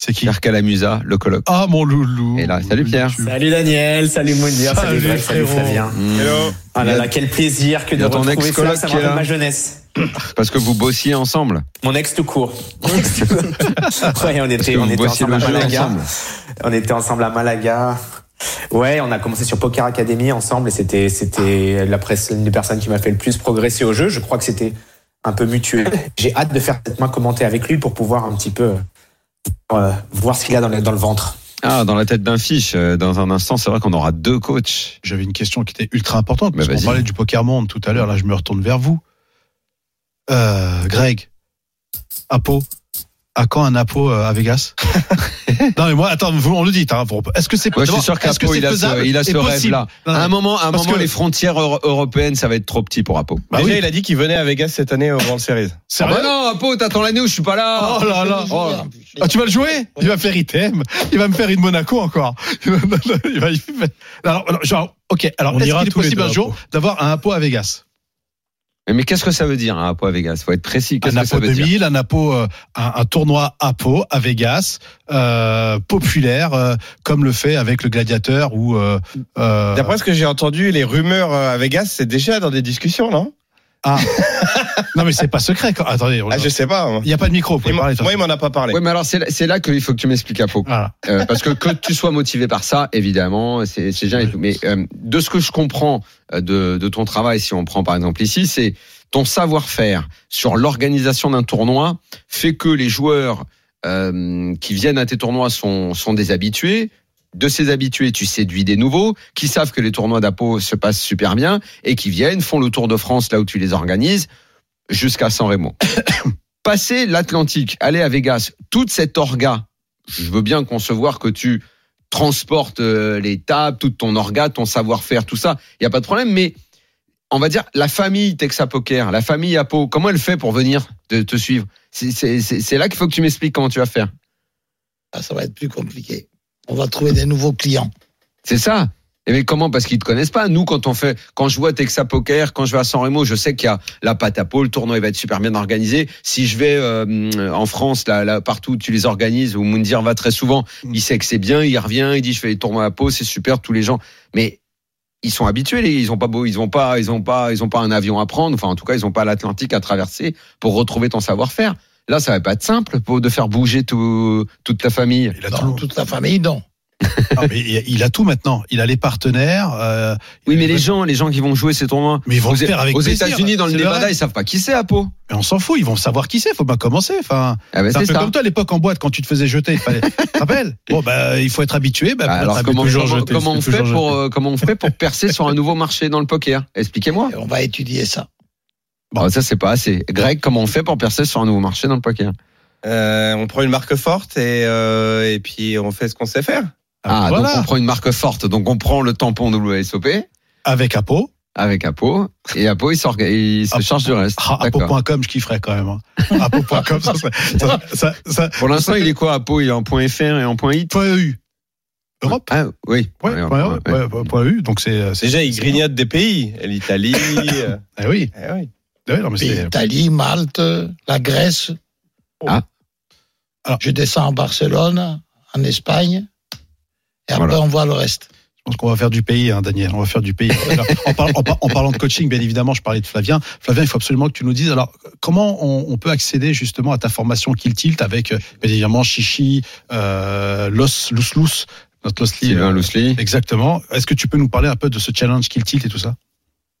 C'est qui
Pierre Calamusa, le colloque.
Ah, mon loulou.
Et là, salut Pierre.
Salut Daniel, salut Mounir, salut,
Salut,
Greg, salut
frérot.
Flavien.
Hello.
Ah là là, quel plaisir que
Il
de
y a ton
retrouver
ex-coloc
ça, ça me
qui est
rappelle
là.
ma jeunesse.
Parce que vous bossiez ensemble.
Mon ex tout court. ouais, on
Parce
était,
que
on
vous
était
bossiez
ensemble
le
à
jeu
Malaga.
ensemble.
On était ensemble à Malaga. Ouais, on a commencé sur Poker Academy ensemble et c'était, c'était la presse, l'une des personnes qui m'a fait le plus progresser au jeu. Je crois que c'était un peu mutuel. J'ai hâte de faire cette main commenter avec lui pour pouvoir un petit peu euh, voir ce qu'il a dans le, dans le ventre.
Ah, dans la tête d'un fiche, euh, dans un instant, c'est vrai qu'on aura deux coachs.
J'avais une question qui était ultra importante.
Mais
Parce qu'on
Bah, vas-y.
parlait du poker monde tout à l'heure. Là, je me retourne vers vous. Euh, Greg, Apo, à quand un Apo euh, à Vegas Non, mais moi, attends, vous, on le dit. hein, pour- Est-ce que c'est
Moi, je suis
d'abord,
sûr
est-ce que
qu'Apo,
c'est
il a ce,
faisable
il a ce
et possible
rêve-là. Ah,
Non,
À un
mais-
moment, à un
parce
moment
que-
les frontières euro- européennes, ça va être trop petit pour Apo.
Bah
Déjà,
oui.
il a dit qu'il venait à Vegas cette année au World Series.
Ah
Sérieux
bah non, Apo, t'attends l'année où je suis pas là.
Oh là là.
Oh.
Ah, tu vas le jouer Il va faire ITM. Il va me faire une Monaco encore. Il va- il va- il va- Alors, alors, genre, ok. Alors,
On
est-ce
ira
qu'il est
tous les
possible
deux
un
à
jour
Apo.
d'avoir un Apo à Vegas
Mais, mais qu'est-ce que ça veut dire, un Apo à Vegas Faut être précis. Qu'est-ce
Un
Ah, que ça
Apo
veut dire
2000, un Apo, euh, un, un tournoi Apo à Vegas, euh, populaire, euh, comme le fait avec le Gladiateur ou. euh, euh,
D'après ce que j'ai entendu, les rumeurs euh, à Vegas, c'est déjà dans des discussions, non
ah. non, mais c'est pas secret. quand- Attendez,
Ah, je sais pas. moi.
il n'y a pas de micro. vous pouvez
Il m'en-
parler, de toute
moi, il
façon.
m'en a pas parlé.
Ouais, mais alors c'est là- c'est là qu'il faut que tu m'expliques, Apo.
Voilà.
Euh, parce que que tu sois motivé par ça, évidemment, c'est c'est bien et tout. Mais euh, de ce que je comprends euh, de, de ton travail, si on prend par exemple ici, c'est ton savoir-faire sur l'organisation d'un tournoi fait que les joueurs euh, qui viennent à tes tournois sont, sont des habitués. De ces habitués, tu séduis des nouveaux qui savent que les tournois d'Apo se passent super bien et qui viennent, font le Tour de France là où tu les organises jusqu'à San Remo. Passer l'Atlantique, aller à Vegas, toute cette orga je veux bien concevoir que tu transportes euh, les tables, tout ton orga, ton savoir-faire, tout ça. Il n'y a pas de problème, mais on va dire la famille Texas Poker, la famille Apo, comment elle fait pour venir te, te suivre C'est- C'est c'est- c'est là qu'il faut que tu m'expliques comment tu vas faire.
Ah, ça va être plus compliqué. On va trouver des nouveaux clients.
C'est ça et mais comment Parce qu'ils te connaissent pas. Nous, quand on fait, quand je vois Texas Poker, quand je vais à San Remo, je sais qu'il y a la pâte à peau, le tournoi il va être super bien organisé. Si je vais euh, hum, en France, là, là, partout où tu les organises, où Moundir va très souvent, il sait que c'est bien, il revient, il dit je fais les tournois à peau, c'est super, tous les gens. Mais ils sont habitués, les- ils ont pas beau, ils ont pas, ils ont pas, ils ont pas un avion à prendre. Enfin, en tout cas, ils ont pas l'Atlantique à traverser pour retrouver ton savoir-faire. Là, ça va pas être simple pour, de faire bouger tout- toute la famille.
Il a
Non,
tout.
toute la famille, non.
Ah, mais il a- il a tout maintenant. Il a les partenaires. euh,
Oui, mais
il a-
les gens, les gens qui vont jouer ces tournois.
Mais ils vont
aux,
le faire avec
aux
plaisir.
États-Unis, dans le
C'est
Nevada,
vrai.
ils savent pas qui c'est Apo.
Mais on s'en fout, ils vont savoir qui c'est, faut bien commencer. Enfin,
Ah ben
c'est un
c'est
peu
ça.
comme toi à l'époque en boîte quand tu te faisais jeter, il fallait. Tu te rappelles Bon bah il faut être habitué, bah, pour
Ah, Alors
être habitué,
comment,
toujours
comment-
jeter,
comment on
c'est
fait
toujours
pour
jeter.
euh, comment on fait pour percer sur un nouveau marché dans le poker Expliquez-moi.
Et on va étudier ça.
Bon, ça c'est pas assez. Greg, comment on fait pour percer sur un nouveau marché dans le poker
Euh, on prend une marque forte et, euh, et puis on fait ce qu'on sait faire.
Ah,
voilà.
donc on prend une marque forte, donc on prend le tampon WSOP
avec Apo,
avec Apo et Apo il, s'orga- il se
Apo.
charge du reste.
Ah,
D'accord.
apo.com, je kifferais quand même. hein. Apo.com, ça, serait- ça, ça, ça-
Pour l'instant, il est quoi Apo Il est en point .fr et en point .it
point EU. Europe.
Ah oui.
Ouais,
Ouais,
point,
ouais,
ouais,
ouais.
ouais, point EU, donc c'est. c'est-
Déjà, ils grignotent des pays. L'Italie. euh,
Eh oui,
eh oui.
eh oui, non, mais c'est-
Italie, Malte, la Grèce.
Ah.
Alors, je descends en Barcelone, en Espagne, et après
Voilà.
on voit le reste.
Je pense qu'on va faire du pays, hein, Daniel. On va faire du pays. Alors, en, par- en par- en parlant de coaching, bien évidemment, je parlais de Flavien. Flavien, il faut absolument que tu nous dises. Alors, comment on, on peut accéder justement à ta formation Kill Tilt avec, euh, bien évidemment, Chichi, euh, Los, Lous Lous, notre Losli.
Sylvain Loosely.
Exactement. Est-ce que tu peux nous parler un peu de ce challenge Kill Tilt et tout ça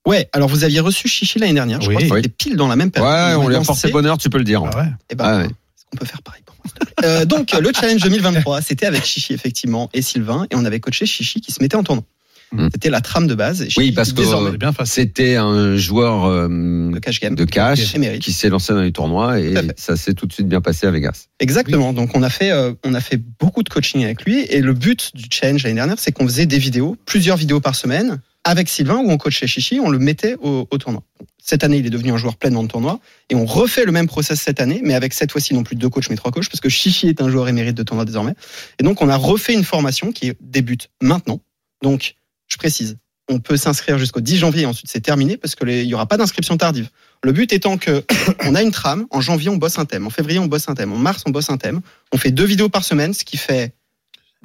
Ouais, alors vous aviez reçu Chichi l'année dernière, je
Oui.
crois que
Oui.
c'était pile dans la même période.
Ouais,
Ils ont
on lui a
lancé-
porté bonheur, tu peux le dire.
Ah ouais.
Eh ben,
Ah ouais.
Est-ce qu'on peut faire pareil pour moi, s'il te plaît Euh, Donc, le challenge 2023, c'était avec Chichi, effectivement, et Sylvain, et on avait coaché Chichi qui se mettait en tournant.
Hmm.
C'était la trame de base. et Chichi
parce
qui,
que-
désormais,
C'est bien facile.
C'était un joueur euh,
le cash game.
de cash
Émérite.
qui s'est lancé dans les tournois et
Tout à fait.
ça s'est tout de suite bien passé à Vegas.
Exactement. Donc on a fait euh, on a fait beaucoup de coaching avec lui et le but du challenge l'année dernière c'est qu'on faisait des vidéos, plusieurs vidéos par semaine avec Sylvain où on coachait Chichi, on le mettait au, au tournoi. Cette année, il est devenu un joueur pleinement de tournoi et on refait le même process cette année mais avec cette fois-ci non plus deux coachs mais trois coachs parce que Chichi est un joueur émérite de tournoi désormais. Et donc on a refait une formation qui débute maintenant. Donc je précise On peut s'inscrire jusqu'au 10 janvier, ensuite c'est terminé parce que les- il y aura pas d'inscription tardive. Le but étant que on a une trame. En janvier, on bosse un thème. En février, on bosse un thème. En mars, on bosse un thème. On fait deux vidéos par semaine, ce qui fait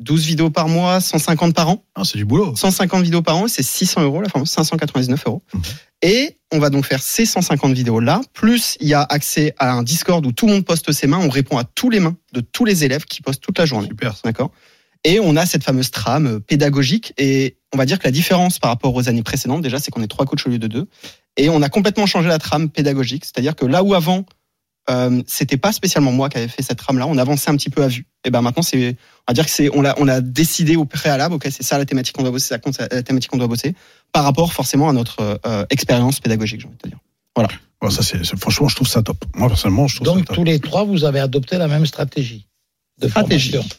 12 vidéos par mois, 150 par an.
Ah, c'est du boulot.
150 vidéos par an, c'est 600 euros, la formation, 599 euros.
Mhm.
Et on va donc faire ces 150 vidéos-là, plus il y a accès à un Discord où tout le monde poste ses mains, on répond à tous les mains de tous les élèves qui postent toute la journée.
Super. ça.
D'accord Et on a cette fameuse trame euh, pédagogique, et on va dire que la différence par rapport aux années précédentes, déjà, c'est qu'on est trois coachs au lieu de deux, et on a complètement changé la trame pédagogique, c'est-à-dire que là où avant, euh, c'était pas spécialement moi qui avais fait cette trame-là, on avançait un petit peu à vue. Et ben maintenant, c'est on va dire que c'est on l'a on l'a décidé au préalable. Ok, c'est ça la thématique qu'on doit bosser, ça compte c'est la thématique qu'on doit bosser par rapport forcément à notre euh, euh, expérience pédagogique, j'ai envie de te dire.
Bon, ça, c'est, c'est- franchement, je trouve ça top. Moi, personnellement, je trouve
Donc
ça
tous
top.
les trois, vous avez adopté la même stratégie de
Stratégie.
formation.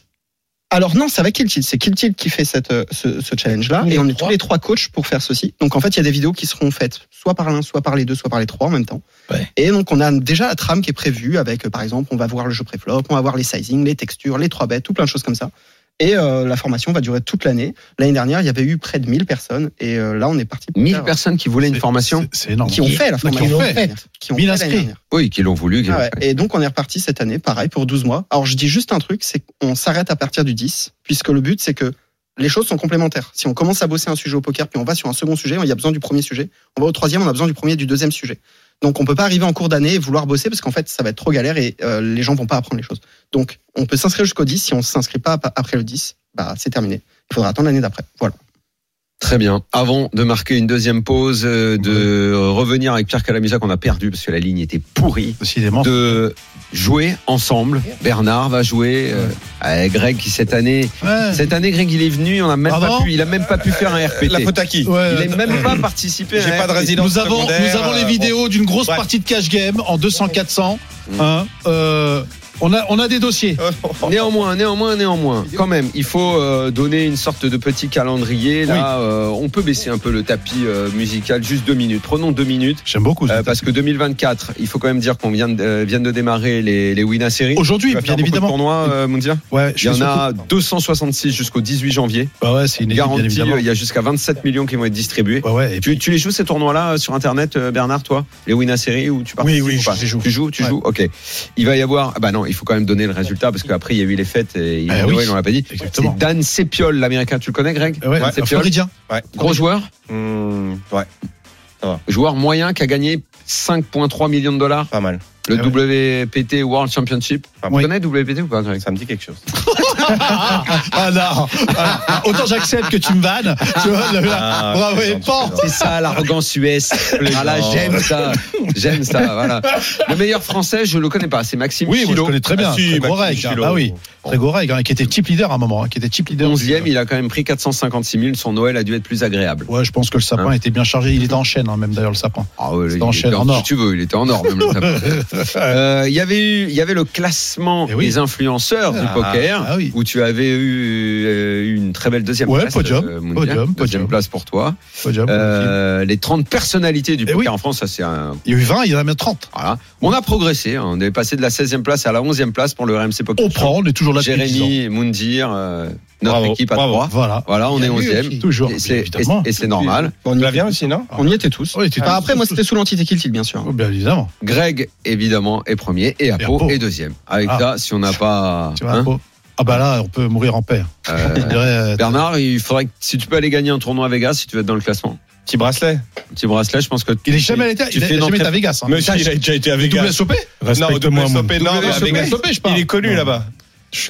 Alors non, ça va Kiltil, c'est Kiltil qui fait cette euh, ce, ce challenge là
Tous les
et on est
trois.
tous les trois coachs pour faire ceci. Donc en fait, il y a des vidéos qui seront faites soit par l'un, soit par les deux, soit par les trois en même temps.
Ouais.
Et donc on a déjà la trame qui est prévue avec euh, par exemple, on va voir le jeu préflop, on va voir les sizing, les textures, les trois bêtes, tout plein de choses comme ça. Et euh, la formation va durer toute l'année. L'année dernière, il y avait eu près de 1000 personnes et euh, là on est parti pour
1000
faire-
personnes qui voulaient une
C'est-
formation
C'est, c'est énorme.
qui ont fait la
Qui ont
formation.
fait.
Qui ont
1000
fait l'année
inscrits.
dernière.
Oui, qui l'ont voulu. qui l'ont
Ah ouais.
fait.
Et donc, on est reparti cette année, pareil, pour 12 mois. Alors, je dis juste un truc, c'est qu'on s'arrête à partir du 10, puisque le but, c'est que les choses sont complémentaires. Si on commence à bosser un sujet au poker, puis on va sur un second sujet, il y a besoin du premier sujet. On va au troisième, on a besoin du premier et du deuxième sujet. Donc, on peut pas arriver en cours d'année et vouloir bosser, parce qu'en fait, ça va être trop galère et euh, les gens vont pas apprendre les choses. Donc, on peut s'inscrire jusqu'au 10. Si on s'inscrit pas ap- après le 10, bah, c'est terminé. Il faudra attendre l'année d'après. Voilà.
Très bien. Avant de marquer une deuxième pause, euh, de revenir avec Pierre Calamusa qu'on a perdu parce que la ligne était pourrie,
Décidément.
de jouer ensemble. Bernard va jouer euh, avec Greg qui cette année,
Ouais.
cette année Greg il est venu, on a même
Pardon
pas pu, il a même pas pu faire un RPT.
La Potaki.
Ouais,
il n'a
euh,
même pas participé. à
J'ai
un
pas de
RPT.
résidence
Nous avons,
secondaire,
nous avons
euh,
les
bon.
vidéos d'une grosse
Bref.
partie de cash game en 200-400.
Mm.
hein. Euh, on, a, on a des dossiers.
Oh
Néanmoins, néanmoins, néanmoins, quand même, il faut euh, donner une sorte de petit calendrier. Là, euh, on peut baisser un peu le tapis euh, musical, juste deux minutes. Prenons deux minutes.
J'aime beaucoup.
Euh, parce que 2024, il faut quand même dire qu'on vient de, euh, viennent de démarrer les, les Wina Series. Tu
Aujourd'hui,
vas
bien
faire beaucoup de
évidemment.
tournois, euh, Mounir
Ouais,
il y
je
en
suis
a 266 jusqu'au 18 janvier.
Bah ouais, c'est une équipe, bien
Garantie,
évidemment.
euh, il y a jusqu'à 27 millions qui vont être distribués.
Bah ouais, et
Tu, tu les joues ces tournois-là euh, sur Internet, euh, Bernard, toi Les Wina Series où tu participes
Oui, oui,
ou pas
je les joue.
Tu joues, tu
Ouais.
joues Ok. Il va y avoir. Ah bah non, il faut quand même donner le résultat parce qu'après, il y a eu les fêtes et il y a
Eh
eu
oui.
Noël, on l'a pas dit.
Exactement.
C'est Dan Sepiol, l'américain. Tu le connais, Greg
Ouais,
Dan
un
Sepiol.
Floridien.
Gros joueur
Hum, ouais,
joueur moyen qui a gagné 5,3 millions de dollars,
pas mal.
le
Ah
WPT World Championship.
Ah
Vous
oui.
connaissez WPT ou pas, Greg
Ça me dit quelque chose.
Ah non. Ah, autant j'accepte que tu me vannes. Tu vois, le-
Ah,
bravo,
c'est
et
gentil,
pan.
C'est ça, l'arrogance US. Voilà,
gens.
Ah, j'aime ça. J'aime ça, voilà. Le meilleur français, je le connais pas, c'est Maxime
Oui, moi, je
Chilo.
connais très bien.
Ah, si,
Très gros
Maxime
reg, hein.
Chilo.
Bah oui. Très gros reg, hein, qui était type leader à un moment, hein, qui était type leader.
11e, il a quand même pris 456 000. Son Noël a dû être plus agréable.
Ouais, je pense que le sapin
Hein.
était bien chargé. Il était en chaîne, hein, même d'ailleurs, le sapin.
Ah ouais,
C'est
il
en
était
chaîne, en or.
Si tu veux, il était en or, même le tapin. Euh, Il y avait eu, il y avait le classement
Eh oui.
des influenceurs du
Ah,
poker,
ah oui.
où tu avais eu euh, une très belle deuxième
Ouais,
place.
podium,
euh, Mounir.
podium,
Deuxième
podium.
place pour toi.
Podium.
Euh, les 30 personnalités du
Eh
poker
oui.
en France, ça c'est un.
Il y a eu 20, il y en a même 30.
Voilà. On a progressé, hein. on est passé de la 16e place à la 11e place pour le RMC Poker.
On
Show.
prend, on est toujours là depuis 10 ans.
Jérémy, Moundir, euh, notre
Bravo,
équipe à
bravo.
trois.
Voilà.
Voilà, on
Il y
est
a lui
11e.
aussi.
Toujours.
Et c'est- et-
évidemment.
et c'est normal.
On y vient aussi, non
On y était tous.
Oh, il était
Enfin,
tous-
après, moi, c'était sous l'entité Kiltil, bien sûr.
Oh, Bien évidemment.
Greg, évidemment, est premier et Apo
Apo.
est deuxième. Avec
Ah.
ça, si on n'a pas.
Tu vois,
hein,
bon. Ah bah là, on peut mourir en paix.
euh,
Je dirais, euh,
Bernard, il faudrait que si tu peux aller gagner un tournoi à Vegas, si tu veux être dans le classement.
Petit bracelet.
Un Petit bracelet, je pense que.
il est jamais allé,
tu
il a
fais une
jamais été
entrée-
à Vegas. hein.
Monsieur, il a déjà été avec
Double SOP
Non, au double SOP, non, mais à
Double
Vegas.
SOP, je parle.
Il est connu
Non.
là-bas.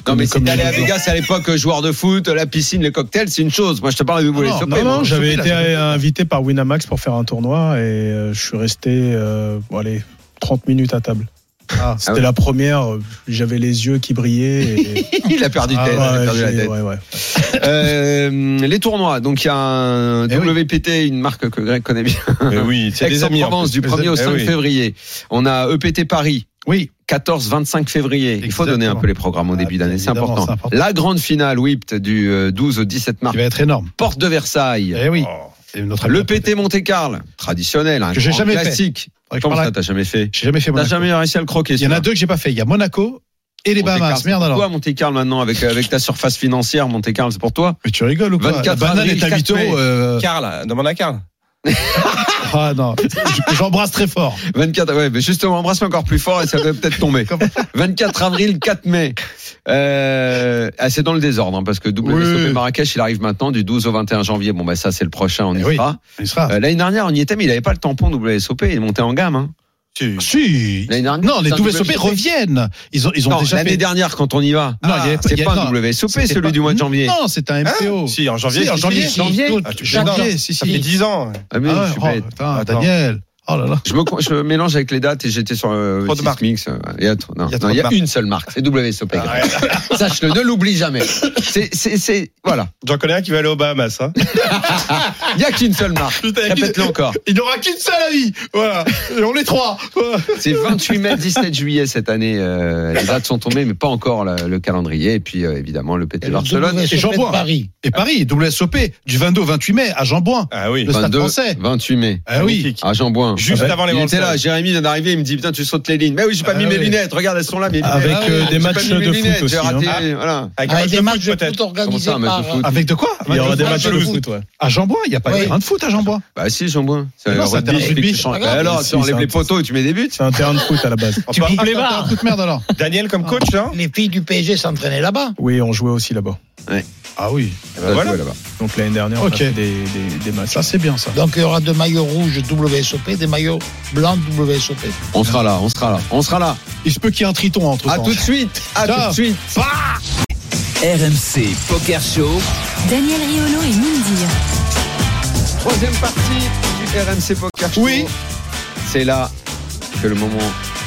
Non, mais si
comme
t'es allé
les
à
joueurs.
Vegas à l'époque, euh, joueur de foot, la piscine, les cocktails, c'est une chose. Moi, je te parle de voler.
Ah non,
SOP,
non,
moi.
non, je-
J'avais
Chopé, là,
été
j'avais-
euh, invité par Winamax pour faire un tournoi et euh, je suis resté euh, bon, allez, 30 minutes à table.
Ah.
C'était
Ah ouais.
la première, euh, j'avais les yeux qui brillaient. et-
Il a perdu,
Ah
tête, il a
ouais,
perdu la
j'ai-
tête.
ouais, ouais.
Euh, les tournois, donc il y a un
Eh oui.
WPT, une marque que Greg connaît bien.
Mais oui, c'est des amis. en
Aix-en-Provence
plus.
du 1er au
Eh
5
oui.
février. On a EPT Paris. Oui. 14-25 février. Il faut
Exactement.
donner un peu les programmes au
Ah,
début d'année, c'est
évidemment,
important.
c'est important.
La grande finale WIPT du euh, 12 au 17 mars,
Il va être énorme.
porte de Versailles.
ben, Eh oui.
Oh.
C'est notre ami.
Le PT Monte Carlo, traditionnel, un
Que j'ai
grand
jamais fait.
classique.
Faudrait que je
Comment
parle
ça
à-
t'as jamais fait
J'ai jamais fait
T'as
Monaco.
jamais réussi à le croquer
Il y en a
celui-là.
deux que j'ai pas fait. Il y a Monaco et les Bahamas. Merde alors.
Toi, Monte Carlo maintenant avec avec ta surface financière, Monte Carlo, c'est pour toi.
Mais tu rigoles ou quoi
24
La banane
avril,
est à 8
4 mai.
euros. euh,
Carl, demande à Carl.
Ah non, J- j'embrasse très fort.
24, ouais, mais justement, embrasse encore plus fort et ça va peut-être tomber. 24 avril, 4 mai. Euh, ah, c'est dans le désordre, hein, parce que WSOP
Oui.
Marrakech, il arrive maintenant du 12 au 21 janvier. Bon, bah, ça, c'est le prochain, on y
Eh oui.
sera.
Il sera.
Euh, L'année dernière, on y était, mais il avait pas le tampon WSOP, il est monté en gamme. Hein.
si.
L'année dernière,
Non, les
c'est un
WSOP
WSOP.
reviennent. Ils ont, ils ont
Non,
déjà
l'année
fait.
dernière, quand on y va,
Non, il y a- il y
c'est
a-
pas un
non,
WSOP,
c'était
celui
pas-
du mois de janvier. Ah,
Non, c'est un MPO.
Hein Si, en janvier.
Si, en
si,
janvier.
si.
Janvier
Août,
Ah, tu-
Janvier, si,
Ça fait
si.
10 ans.
Ah, mais
Ah
je
ouais,
suis
oh,
bête.
putain,
Attends.
Daniel. Oh là là.
Je me, con- je mélange avec les dates et j'étais sur euh,
Trop de
Six
marques.
Mix, euh, Il y a, trop- non, non, il y a,
trop de marques.
une seule marque, c'est WSOP.
Ah, ouais.
Sache-le, ne l'oublie jamais. C'est, c'est, c'est, voilà.
J'en connais un qui va aller aux Bahamas. hein.
Il n'y a qu'une seule marque. Répète-le encore.
Il n'y aura qu'une seule à vie. Voilà. Et on est trois.
C'est 28 mai, 17 juillet cette année. euh, les dates sont tombées, mais pas encore la- le calendrier. Et puis, euh, évidemment, le PT Barcelone.
et j'en bois.
Paris.
Et Paris, WSOP, du 22 au 28 mai à Jean-Bouin.
Ah oui.
Le stade
22,
français.
28 mai.
Ah oui.
Magnifique.
À Jean-Bouin.
Juste avant les
Ah, Il
World
était là,
Cup.
Jérémy vient d'arriver, il me dit Putain, tu sautes les lignes. Mais oui, j'ai pas
Ah
mis mes
oui.
lunettes. Regarde, elles sont là. Mes lunettes.
Avec,
Ah oui,
euh, des
j'ai pas
matchs
mis mes
de foot
lunettes,
aussi,
hein.
J'ai raté. Voilà.
Avec un
Avec
match
Ah, des
de
matchs
foot,
de foot
peut-être.
Comment
organisés
ça, un match de
par.
foot
Avec de quoi
Il y aura
Avec-
des
matchs
matchs de
de
foot, ouais.
À Jean-Bois, il n'y a pas
Oui.
de terrain de foot à Jean-Bois.
Bah, si, Jean-Bouin. C'est
Mais non, c'est un terrain de
rugby
rugby.
qui change.
Ah,
Bah Alors,
si,
tu enlèves
c'est
les
un-
poteaux et tu mets des buts.
C'est un terrain de foot à la base.
On peut-
Ah, t'as un coup de merde alors.
Daniel comme coach, hein
euh, Les filles du PSG s'entraînaient là-bas.
Oui, on jouait aussi là-bas.
Ah oui.
Ça,
voilà.
tu vois, là-bas.
Donc l'année dernière, on
Ok.
a fait des, des, des matchs.
Ça, c'est bien ça.
Donc il y aura des maillots rouges WSOP, des maillots blancs WSOP.
On sera là, on sera là, on sera là.
Il se peut qu'il y ait un triton entre
À
temps.
tout de suite, à
Ciao.
tout de suite.
RMC Poker Show.
Daniel Riolo et Mindy.
Troisième partie du RMC Poker Show.
Oui.
C'est là que le moment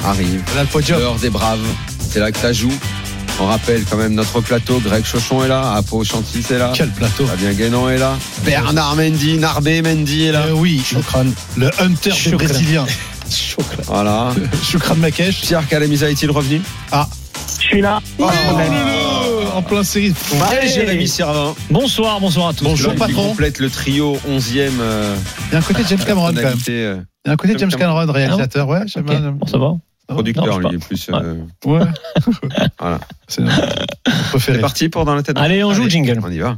arrive.
Là, le podium.
L'heure des braves. C'est là que ça joue. On rappelle quand même notre plateau. Greg Chauchon est là. Apo Chantis est là.
Quel plateau.
Fabien Guénon est là. Bernard Mendy, Narbé Mendy est là.
Euh, oui,
Choucrane.
le hunter
Choucrane.
brésilien.
Choucrane.
Voilà.
Choukran Makesh.
Pierre Calamisa est-il revenu
Je suis là.
Oh,
En plein série.
Et Jérémy Servin.
Bonsoir, bonsoir à tous.
Bonjour
Qui
patron.
complète le trio 11e euh,
Il y a un côté James Cameron quand même.
tonalité, euh,
Il y a un côté James Cameron, réalisateur. Ouais, j'aime
Ok,
bien.
bon, ça va. Non,
producteur.
je sais
lui, est plus. euh,
Ouais.
Voilà.
C'est mon
C'est
préféré.
parti pour dans la tête.
Allez, on joue le jingle.
On y va.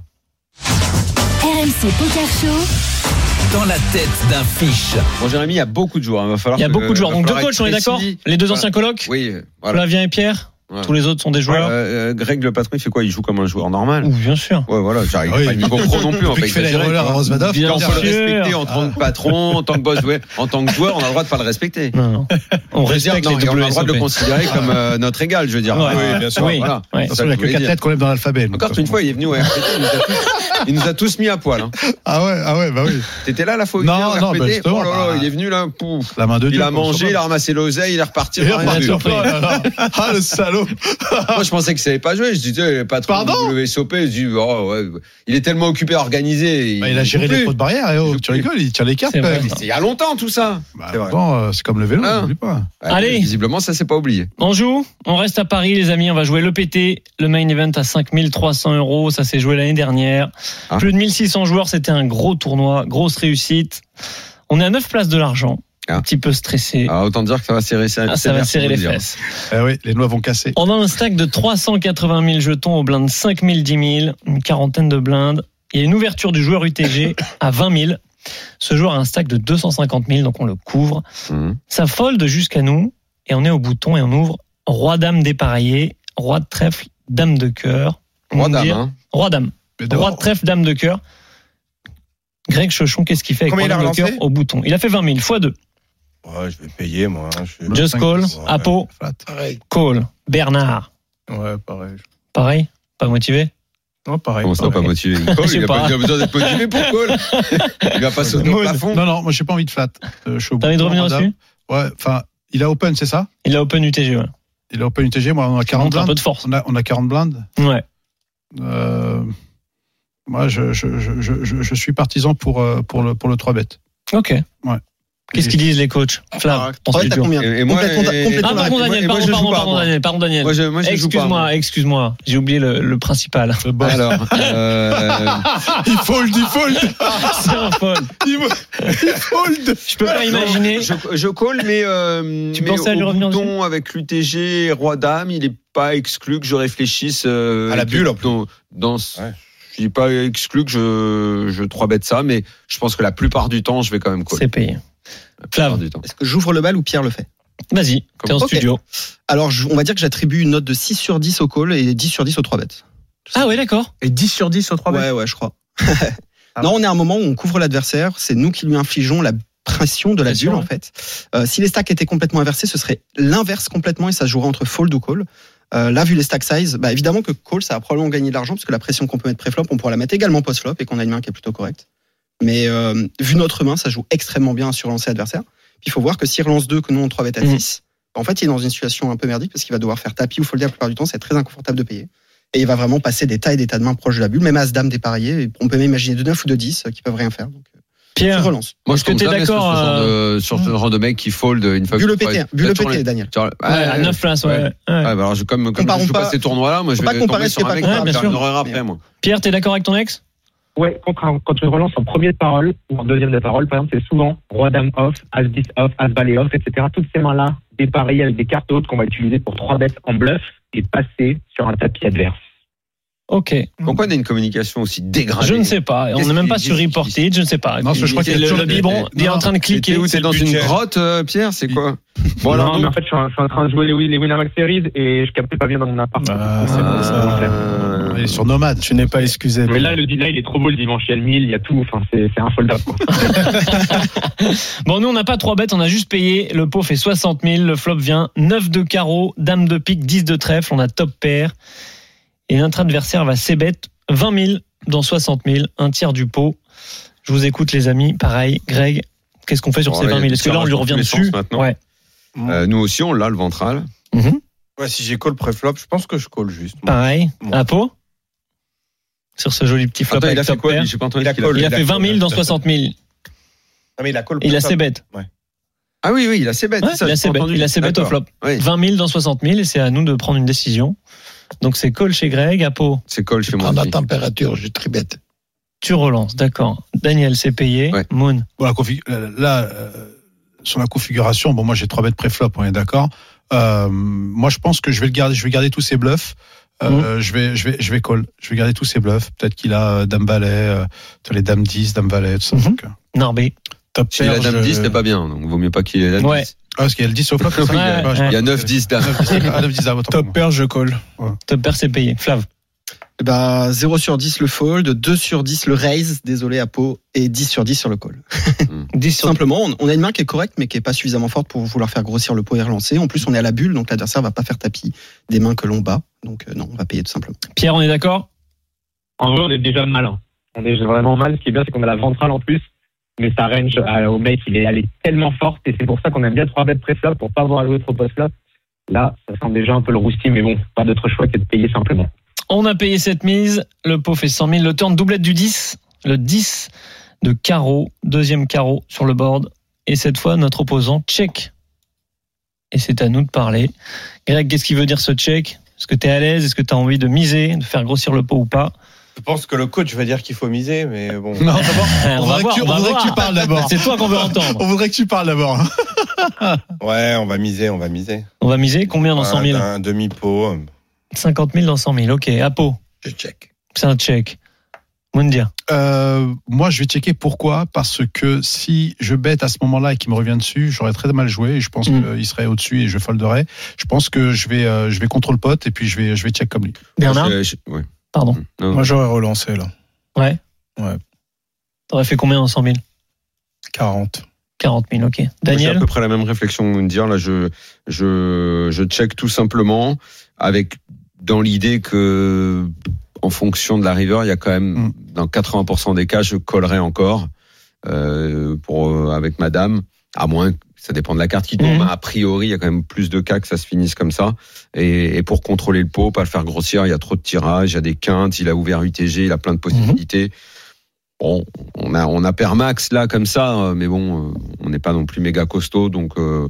RMC Poker Show.
Dans la tête d'un fiche.
Bon, Jérémy, il y a beaucoup de joueurs. Il va falloir.
Il y a
que-
beaucoup de joueurs.
va
Donc deux
falloir
coachs, on est
être
d'accord
précis.
Les deux
Voilà.
anciens colocs
Oui, euh, voilà.
Flavien et Pierre
Ouais.
Tous les autres sont des joueurs
Euh, euh, Greg, le patron, il fait quoi Il joue comme un joueur normal.
Ou bien sûr.
Ouais, voilà, j'arrive
Ah Oui.
pas à niveau pro non plus. On va
Depuis
pas
qu'il fait la
exagérer, tu
roller à
vois.
Rosbadov,
Bien
on peut le
sûr.
respecter en tant que patron, en tant que boss, ouais. en tant que joueur, on a le droit de pas le respecter.
Non, non. On
Je veux dire,
respecte
non,
les
et on a le droit de le
WSOP.
considérer comme euh, notre égal, je veux dire.
Ouais.
Oui, bien sûr.
Oui.
Voilà.
Ouais.
C'est
Parce
ça que
qu'il n'y
je
a que
voulais
4
dire.
lettres qu'on lève dans l'alphabet. donc, euh,
Encore une fois, il est venu au RPT, il nous a tous- il nous a tous mis à poil. hein.
Ah ouais, ah ouais, bah oui.
T'étais là la fois où
Non,
il est venu au
non,
RPT
bah, justement,
Oh là là,
bah.
il est venu là, pouf.
La main de Dieu.
Il a
quoi,
mangé, il a
sûrement.
ramassé l'oseille, il est reparti.
Et
rien
on a
vu.
surpris. Oh là là. Ah le salaud.
Ah.
Moi, je pensais que ça n'allait pas jouer. Je disais, le patron
Pardon
du WSOP, je dis, oh, ouais, il est tellement occupé à organiser.
Bah, il a
joue
géré les
plus.
fautes barrières. eh
Il
oh,
joue
tu
plus.
rigoles, il tient les cartes
C'est
quand
vrai.
même.
C'est il y a longtemps, tout ça.
Bah,
C'est vrai.
bon, euh, c'est comme le vélo,
Hein
n'oublie pas.
Bah,
Allez. Bah,
Visiblement, ça, c'est pas oublié.
On joue On reste à Paris, les amis. On va jouer le PT, le main event à 5300 euros. Ça s'est joué l'année dernière.
Ah.
Plus de 1600 joueurs. C'était un gros tournoi, grosse réussite. On est à 9 places de l'argent.
Ah.
Un petit peu stressé.
Ah, autant dire que ça va serrer, ça,
Ah, ça va serrer les fesses.
Eh oui, les noix vont casser.
On a un stack de 380 000 jetons au blind 5 000, 10 000, une quarantaine de blindes. Il y a une ouverture du joueur UTG à 20 000. Ce joueur a un stack de 250 000, donc on le couvre.
Mhm.
Ça fold jusqu'à nous, et on est au bouton et on ouvre Roi-Dame dépareillé, Roi de trèfle, Dame de cœur.
Roi
On
dame,
dit-
hein.
Roi-Dame.
Mais
Roi
d'abord,
Oh.
de trèfle, Dame de cœur. Greg Chauchon, qu'est-ce qu'il fait avec
Combien il a
Roi-Dame de
relancé
cœur au bouton Il a fait 20 000 fois 2.
Ouais, je vais payer, moi. hein, je-
Just call,
Ouais.
Apo,
flat.
Pareil.
call, Bernard.
Ouais, pareil.
Pareil Pas motivé
Ouais, pareil.
Comment ça,
pareil.
pas motivé Oh, Il colle,
Je sais
il a pas
pas.
il a besoin d'être motivé pour call. Il va pas sauter au
Maud.
plafond.
Non, non, moi j'ai pas envie de flat. Euh, je suis au
T'as envie de
bout
revenir
Rwanda.
dessus
Ouais, enfin, il a open, c'est ça
Il a open UTG, ouais.
Il a open UTG, moi on a 40
Montre un peu
blindes.
de force.
On a, on a 40 blindes.
Ouais.
Euh, moi je, je, je, je, je- je suis partisan pour, euh, pour le, pour le 3 bet.
Ok. Qu'est-ce qu'ils disent les coachs Flav, ton
Ouais, t'as
studio.
combien
Et- et moi,
Complètement-
et-
complètement
Ah,
la-
pardon,
Et moi- et
Daniel,
moi,
pardon,
je
pardon,
joue pas,
pardon,
moi.
Daniel, pardon, Daniel.
Moi, je, moi, je joue pas.
Excuse-moi,
moi.
excuse-moi, j'ai oublié le, le principal.
Alors, euh,
Ah.
Il fold, il fold.
C'est un folle. Je peux pas imaginer.
je, je colle, mais, euh,
Tu
mais
pensais à lui
au
revenir
bouton avec l'UTG, roi dame, il est pas exclu que je réfléchisse euh,
À la
que-
bulle, en plus.
Dans, dans ce-
Ouais.
Je dis pas exclu que je, je 3 bête ça, mais je pense que la plupart du temps, je vais quand même coller.
C'est payé.
La plupart
Flav.
du temps.
Est-ce que j'ouvre le bal ou Pierre le fait
Vas-y, t'es en
Ok.
studio.
Alors, je- on va dire que j'attribue une note de 6 sur 10 au call et 10 sur 10 aux 3 bêtes.
Ah ouais, d'accord.
Et 10 sur 10 au 3
Ouais, ouais, je crois. non, on est à un moment où on couvre l'adversaire, c'est nous qui lui infligeons la pression de la
Pression,
bulle, en
ouais.
fait. Euh, si les stacks étaient complètement inversés, ce serait l'inverse complètement et ça se jouerait entre fold ou call. Euh, là, vu les stack size, bah, évidemment que call, ça va probablement gagner de l'argent parce que la pression qu'on peut mettre pré-flop, on pourra la mettre également post-flop et qu'on a une main qui est plutôt correcte. Mais euh, vu notre main, ça joue extrêmement bien sur lancer adversaire. Puis il faut voir que s'il relance 2, que nous on 3 bêtes à
Mhm.
6, bah, en fait, il est dans une situation un peu merdique parce qu'il va devoir faire tapis ou folder la plupart du temps, c'est très inconfortable de payer. Et il va vraiment passer des tas et des tas de mains proches de la bulle, même As-Dame dépareillé. et On peut même imaginer de 9 ou de 10 euh, qui peuvent rien faire. Donc, euh, je
Pierre,
relance.
Moi,
Est-ce
je tombe
que t'es
jamais sur ce
d'accord, euh, hmm.
genre de, sur ce genre de mec qui fold une fois
Bulle le
qu'il-
pété,
ouais,
bulle le
attends,
pété,
les-
Daniel.
genre-
ouais,
ah,
à 9 places, ouais.
ouais.
ouais.
Ouais, bah alors, je, comme, comme
Comparons
je joue pas,
pas-
ces tournois-là, moi, je
faut
vais
pas
tomber
comparer ce
sur
qui
un
est
mec
pas
qui
comparable,
va faire
bien
une erreur
sûr.
après, moi.
Pierre, t'es d'accord avec ton ex
Ouais, contre un- quand je relance en premier de parole ou en deuxième de parole, par exemple, c'est souvent roi dame off, as 10 off, as valet off, etc. Toutes ces mains-là dépareillées avec des cartes hautes qu'on va utiliser pour trois bêtes en bluff et passer sur un tapis adverse.
Ok.
Pourquoi on a une communication aussi dégradée
Je ne sais pas. On
Qu'est-ce
n'est même
qu'il-
pas sur
qu'est-ce qu'il-
Reported, je ne sais pas.
Non, parce que je crois qu'il y a
le,
toujours
le
des-
biberon, il
des-
est en
non.
train de cliquer.
T'es où T'es dans une
budget.
grotte, euh, Pierre C'est quoi Bon, alors,
non, mais en fait, je suis, en, je suis en train de jouer les, les Winamax Series et je captais pas bien dans mon appart.
Ah, c'est bon, ça.
Euh,
Il est sur Nomade. Tu n'es pas excusé.
Mais là, le là, il est trop beau le dimanche, il y a le 1000, il y a tout, enfin, c'est c'est un fold-up. quoi.
Bon, nous, on n'a pas 3 bêtes, on a juste payé. Le pot fait 60 000, le flop vient 9 de carreau, dame de pique, 10 de trèfle, on a top pair. Et notre adversaire va bêtes 20 000 dans 60 000, un tiers du pot. Je vous écoute, les amis. Pareil, Greg, qu'est-ce qu'on fait sur
Bon,
ces
là, il y a
20 000
des
Est-ce que
Ah,
là, on lui
tirages dans
revient
tous les
dessus
sens, maintenant.
Ouais.
euh, nous aussi, on l'a, le ventral.
Mhm.
Ouais, si j'ai call pré-flop, je pense que je call juste. moi.
Pareil,
Bon.
à pot sur ce joli petit flop
Attends,
avec
il a fait
top
quoi
pair.
lui J'ai pas entendu
Il a
ce qu'il a
call.
fait.
Il a fait 20 000 dans 60 000.
Non, mais il a call
Il a
pré-flop.
ses bêtes.
Ah oui, oui, il a ses bêtes.
Ouais,
c'est ça,
il a
j'ai
ses
pas
bêtes,
entendu.
il a ses bêtes au
D'accord.
flop.
Oui,
20 000 dans 60 000 et c'est à nous de prendre une décision. Donc c'est call chez Greg, à pot,
c'est call
Je
chez moi.
prends Ah, la
aussi.
température, je tribette.
tu relances, d'accord. Daniel, c'est payé.
Ouais.
Moon,
Bon, la config- là, là, euh, sur la configuration, bon, moi j'ai trois bêtes préflop, on est d'accord. Euh, moi, je pense que je vais le garder, je vais garder tous ces bluffs. Euh, Je vais, je vais, je vais call. Je vais garder tous ces bluffs. Peut-être qu'il a euh, dame valet, euh, t'as les dames 10, dame valet, tout ça.
Mhm.
Donc, euh,
Narbé.
Top
S'il a
pair,
dame
je-
10, c'est pas bien. Donc, vaut mieux pas qu'il ait dame
Ouais.
10.
Ah, parce qu'il y a le 10 au flop. c'est ça
Ouais,
Ah, je-
Il y a
ouais.
9, 10 dame.
Ah, dame 10 ah, autant pour
Top
moi.
pair, je colle.
Top pair, c'est payé. Flav,
Eh ben, 0 sur 10 le fold, 2 sur 10 le raise, désolé à peau, et 10 sur 10 sur le call.
Hmm.
10
Tout
sur
simplement, on- on a une main qui est correcte, mais qui est pas suffisamment forte pour vouloir faire grossir le pot et relancer. En plus, on est à la bulle, donc l'adversaire va pas faire tapis des mains que l'on bat. Donc, euh, non, on va payer tout simplement.
Pierre, on est d'accord
En vrai, on est déjà malin. On est vraiment mal. Ce qui est bien, c'est qu'on a la ventrale en plus. Mais sa range euh, au mec, il est, elle est tellement forte. Et c'est pour ça qu'on aime bien 3 bêtes pré-flop pour pas avoir à jouer trop post-flop. Là, ça semble déjà un peu le roussi, mais bon, pas d'autre choix que de payer simplement.
On a payé cette mise. Le pot fait 100 000. Le turn doublette du 10. Le 10 de carreau. Deuxième carreau sur le board. Et cette fois, notre opposant check. Et c'est à nous de parler. Greg, qu'est-ce qu'il veut dire ce check Est-ce que tu es à l'aise Est-ce que tu as envie de miser, de faire grossir le pot ou pas
Je pense que le coach va dire qu'il faut miser, mais bon.
Non, d'abord,
On va
voudrait
voir.
que tu-
on va
voudrait que tu
voir.
parles d'abord.
C'est toi qu'on veut entendre.
On voudrait que tu parles d'abord. hein.
Ouais, on va miser, on va miser.
On va miser combien dans 100 000
Un, un demi-pot. euh,
50 000 dans 100 000. Ok, à pot.
Je check.
C'est un check. Mundia.
Euh, moi, je vais checker pourquoi. Parce que si je bête à ce moment-là et qu'il me revient dessus, j'aurais très mal joué. Et je pense
Mm.
qu'il serait au-dessus et je folderais. Je pense que je vais, euh, je vais contre le pote et puis je vais, je vais check comme lui.
Bernard,
Je- je- ouais.
Pardon.
Non,
Moi, j'aurais relancé, là.
Ouais.
Ouais.
t'aurais fait combien dans 100 000
40.
40 000, ok.
J'ai à
Daniel
peu près la même réflexion que dire là je je je check tout simplement avec dans l'idée que en fonction de la river, il y a quand même
Mm.
dans 80% des cas je collerai encore euh, pour euh, avec madame à moins que ça dépend de la carte qui tombe. hein.
Mm.
A priori, il y a quand même plus de cas que ça se finisse comme ça. Et, et pour contrôler le pot, pas le faire grossir, il y a trop de tirages, il y a des quintes, il a ouvert UTG, il a plein de possibilités. Bon, on a, on a Permax là comme ça, euh, mais bon, euh, on n'est pas non plus méga costaud, donc euh,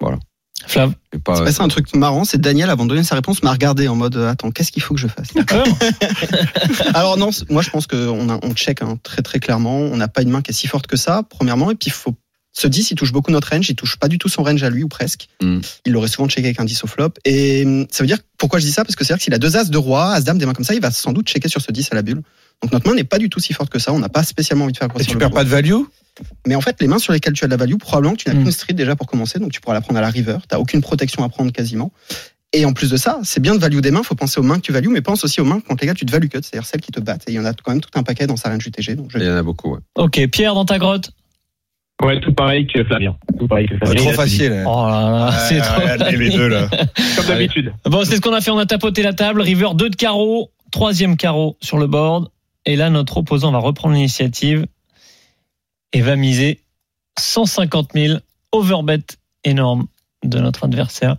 voilà.
Flav
C'est
C'est passé un truc marrant, c'est Daniel, avant de donner sa réponse, m'a regardé en mode Attends, qu'est-ce qu'il faut que je fasse Alors, non, c- moi je pense qu'on on check hein, très très clairement. On n'a pas une main qui est si forte que ça, premièrement. Et puis, il faut se dire, il touche beaucoup notre range, il touche pas du tout son range à lui ou presque.
Mm.
Il l'aurait souvent checké avec un 10 au flop. Et hum, ça veut dire, pourquoi je dis ça Parce que c'est-à-dire que s'il a deux as, deux rois, as, dame, des mains comme ça, il va sans doute checker sur ce 10 à la bulle. Donc notre main n'est pas du tout si forte que ça, on n'a pas spécialement envie de faire
Et
grossir
tu
le
perds
pot.
pas de value
Mais en fait, les mains sur lesquelles tu as de la value, probablement que tu n'as
Mm.
qu'une street déjà pour commencer, donc tu pourras la prendre à la river. T'as aucune protection à prendre quasiment. Et en plus de ça, c'est bien de value des mains, faut penser aux mains que tu values, mais pense aussi aux mains contre lesquelles tu te value cut, c'est-à-dire celles qui te battent. Et il y en a quand même tout un paquet dans sa range UTG. Donc je...
Il y en a beaucoup, ouais.
Ok, Pierre dans ta grotte.
Ouais, tout pareil que Flavien. Tout pareil
Bah,
que
Ah,
Flavien.
Trop facile.
hein.
Oh là là,
Ouais,
c'est trop.
regardez les deux là.
Comme d'habitude.
Bon, c'est ce qu'on a fait. On a tapoté la table. River 2 de carreau, troisième carreau sur le board. Et là, notre opposant va reprendre l'initiative et va miser 150 000 overbet énorme de notre adversaire.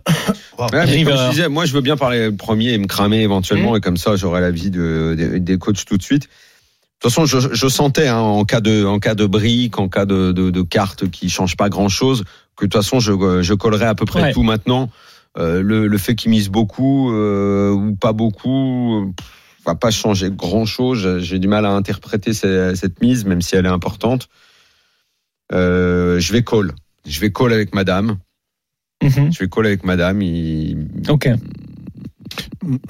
Ouais, mais comme
River.
je disais, moi je veux bien parler le premier et me cramer éventuellement, et comme ça j'aurai l'avis de, des- des coachs tout de suite. De toute façon, je, je sentais hein, en cas de en cas de brique, en cas de, de, de carte qui change pas grand chose, que de toute façon je, je collerai à peu près
Ouais.
tout maintenant. Euh, le, le fait qu'ils misent beaucoup euh, ou pas beaucoup euh, pff, va pas changer grand chose. J'ai du mal à interpréter ce- cette, mise, même si elle est importante. Euh, je vais call. Je vais call avec Madame.
Mhm.
Je vais call avec Madame. Il,
Ok.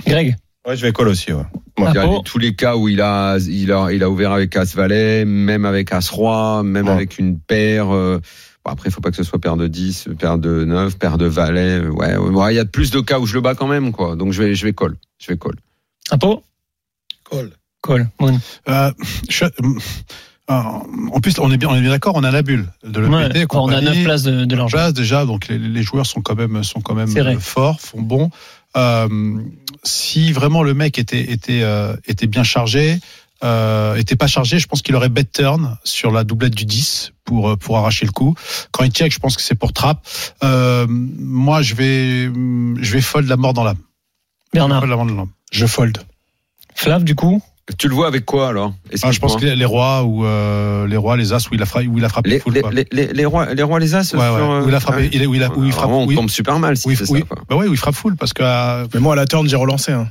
Greg,
Ouais, je vais call aussi. Ouais.
Moi,
Ah,
j'ai regardé
bon
tous les cas où il a, il a, il a ouvert avec As Valet, même avec As Roi, même
Ah.
Ouais.
avec une paire. euh, bon, après, il faut pas que ce soit paire de 10, paire de 9, paire de Valet. euh, Ouais, ouais, ouais, il y a plus de cas où je le bats quand même, quoi. Donc je vais, je vais call. Je vais call.
un pot
Call.
Call. Moon.
Euh, je- en en plus, on est bien, on est bien d'accord, on a la bulle de l'EPT.
Ouais, on a
compagnie.
9 places de, de l'argent.
place, déjà, donc les, les joueurs sont quand même, sont quand même
C'est vrai.
euh, forts, font bon. Euh, si vraiment le mec était, était, euh, était bien chargé, euh, était pas chargé, je pense qu'il aurait bet turn sur la doublette du 10 pour, euh, pour arracher le coup. Quand il check, je pense que c'est pour trap. Euh, moi, je vais, je vais fold la mort dans l'âme.
Bernard.
Fold la mort dans l'âme. Je fold.
Flav, du coup
Tu le vois avec quoi alors Est-ce
Ah,
qu'il
je pense
voit
que les, les rois ou euh, les rois, les as où il a frappé, où il a frappé
les,
full,
les,
quoi.
les, les, les rois, les rois, les As.
Ah. Ouais, ouais.
sur, euh,
Où il a frappé,
ah,
il est- où il a- où il frappe,
vraiment, on
oui.
tombe super mal si
Oui,
c'est
oui.
ça. Quoi.
Bah ouais, où il frappe full parce que euh,
Mais moi, à la turn, j'ai relancé. hein.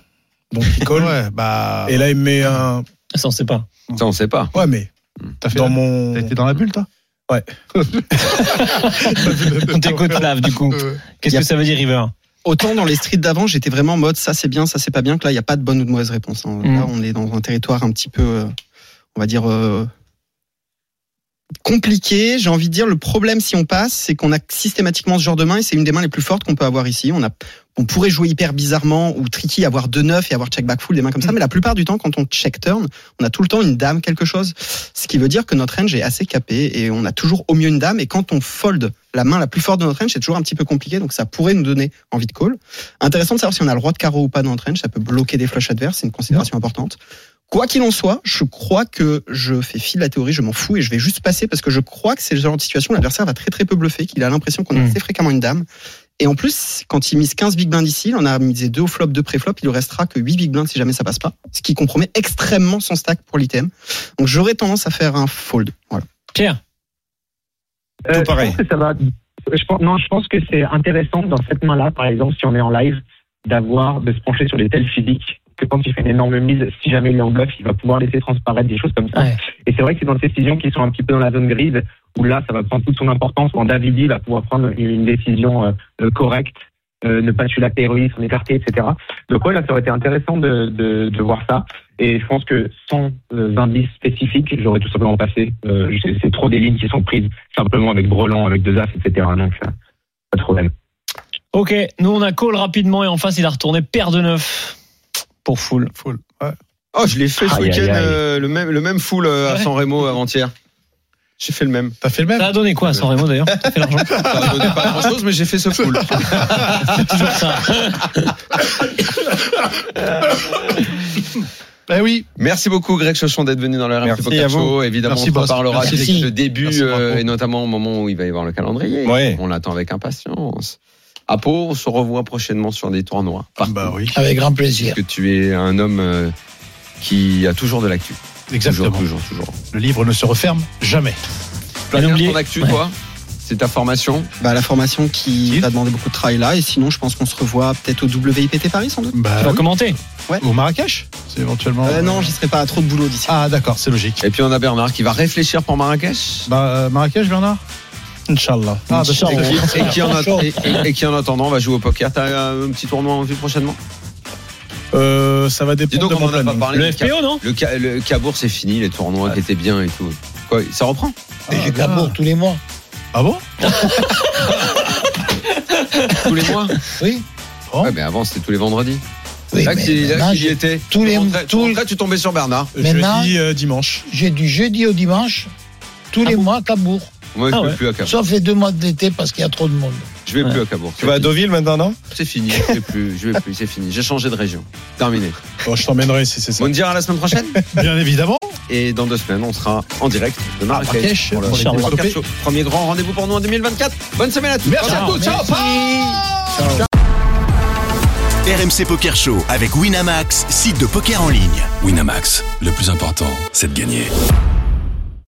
Donc, il colle.
ouais, bah
Et là, il me met un.
Ça, on sait pas.
Ça, on sait pas.
Ouais, mais
t'as fait
dans
la-
mon.
t'as été dans la bulle toi
On t'écoute, Flav, du coup. Qu'est-ce que ça veut dire, River
Autant dans les streets d'avant, j'étais vraiment en mode ça c'est bien, ça c'est pas bien, que là il n'y a pas de bonne ou de mauvaise réponse. hein.
Mm.
Là on est dans un territoire un petit peu, euh, on va dire, euh, compliqué. J'ai envie de dire, le problème si on passe, c'est qu'on a systématiquement ce genre de main et c'est une des mains les plus fortes qu'on peut avoir ici. On, a, on pourrait jouer hyper bizarrement ou tricky, avoir 2-9 et avoir check back full, des mains comme ça, mais la plupart du temps quand on check turn, on a tout le temps une dame, quelque chose. Ce qui veut dire que notre range est assez capé et on a toujours au mieux une dame. Et quand on fold la main la plus forte de notre range, c'est toujours un petit peu compliqué. Donc ça pourrait nous donner envie de call. Intéressant de savoir si on a le roi de carreau ou pas dans notre range. Ça peut bloquer des flushs adverses. C'est une considération importante. Quoi qu'il en soit, je crois que je fais fi de la théorie, je m'en fous et je vais juste passer parce que je crois que c'est le genre de situation où l'adversaire va très très peu bluffer, qu'il a l'impression qu'on a
Mm.
assez fréquemment une dame. Et en plus, quand il mise 15 big blinds ici, il en a misé 2 au flop, 2 pré-flop, il lui restera que 8 big blinds si jamais ça passe pas, ce qui compromet extrêmement son stack pour l'item. Donc j'aurais tendance à faire un fold. Voilà.
Pierre,
Tout
je
pareil.
pense que ça va- je pense- non, je pense que c'est intéressant dans cette main-là, par exemple, si on est en live, d'avoir, de se pencher sur les tels physiques que quand il fait une énorme mise, si jamais il est en bluff, il va pouvoir laisser transparaître des choses comme ça.
Ouais.
Et c'est vrai que c'est dans ces décisions qui sont un petit peu dans la zone grise, où là, ça va prendre toute son importance. Quand Davidi va pouvoir prendre une, une décision euh, euh, correcte, euh, ne pas tuer la terroriste, s'en écarter, etc. Donc ouais, là, ça aurait été intéressant de, de, de voir ça. Et je pense que sans euh, indices spécifiques, j'aurais tout simplement passé. Euh, c'est- c'est trop des lignes qui sont prises, simplement avec Brelan, avec deux as, etc. Donc, euh, pas de problème.
ok, nous on a call rapidement et en face il a retourné paire de 9 pour full.
Full. Ouais.
Oh, je l'ai fait ce
Aïe,
week-end,
aïe, aïe.
euh, le même, le même full euh, à
Ouais.
San Remo avant-hier. J'ai fait le même.
T'as fait le
Ça
même
a donné quoi à San Remo d'ailleurs T'as fait l'argent
Ça ne donnait pas grand-chose, mais j'ai fait ce full.
C'est toujours ça.
Eh oui.
Merci beaucoup Greg Chauchon d'être venu dans le RMC
Merci
Poker
à vous.
Show. Évidemment,
Merci,
on en
boss.
parlera
Merci.
dès le début
Merci,
euh,
Marco.
et notamment au moment où il va y avoir le calendrier.
Ouais.
On l'attend avec impatience. À Pau, on se revoit prochainement sur des tournois. Parce
Bah oui.
Avec grand plaisir.
que tu es un homme euh, qui a toujours de l'actu.
Exactement.
Toujours, toujours, toujours.
Le livre ne se referme jamais.
Flavien, ton actu, toi c'est ta formation
Bah, la formation qui va demander beaucoup de travail là. Et sinon, je pense qu'on se revoit peut-être au WIPT Paris sans doute.
Bah,
Tu vas commenter
Ouais.
Au Marrakech C'est éventuellement.
Euh, non, j'y serai pas à trop de boulot d'ici.
Ah, d'accord, c'est logique.
Et puis on a Bernard qui va réfléchir pour Marrakech.
Bah, euh, Marrakech, Bernard Inch'Allah. Ah, bah, ça,
Et
c'est-
qui, et qui en, atte- et- et- et qui en attendant va jouer au poker. T'as euh, un petit tournoi en vue prochainement
Euh, ça va
Dis
dépendre
donc,
de
on
mon
en a
planning.
pas parlé.
Le
Ca-
FPO, non
le, Ca- le Cabourg, c'est fini, les tournois qui étaient bien et tout. Quoi, ça reprend
Et j'ai Cabourg tous les mois.
Ah bon
Tous les mois
Oui.
Oh.
Ouais, mais avant, c'était tous les vendredis.
Oui,
C'est là que
mais
c'est- là
maintenant,
qu'il y
j'ai-
était.
tous les-
Tu rentrais- tu
tous-
rentrais, tu tombais sur Bernard.
Maintenant-
Jeudi, euh, dimanche.
J'ai du jeudi au dimanche, tous les mois, Cabourg.
Moi, je
Ah
ne vais
ouais.
plus à Cabourg.
Sauf les deux mois d'été parce qu'il y a trop de monde.
Je vais
Ouais.
plus à Cabourg.
Tu vas à Deauville maintenant, non
C'est fini, je vais plus, je vais plus, c'est fini. J'ai changé de région. Terminé.
Bon, je t'emmènerai si c'est ça.
On te dira à la semaine prochaine.
Bien évidemment.
Et dans deux semaines, on sera en direct de Marrakech
Marrakech,
pour le
Ah, pour les
Poker
développer.
Show. Premier grand rendez-vous pour nous en 2024. Bonne semaine à tous.
Merci
Ciao.
à tous. Ciao. Ciao.
RMC Poker Show avec Winamax, site de poker en ligne.
Winamax, le plus important, c'est de gagner.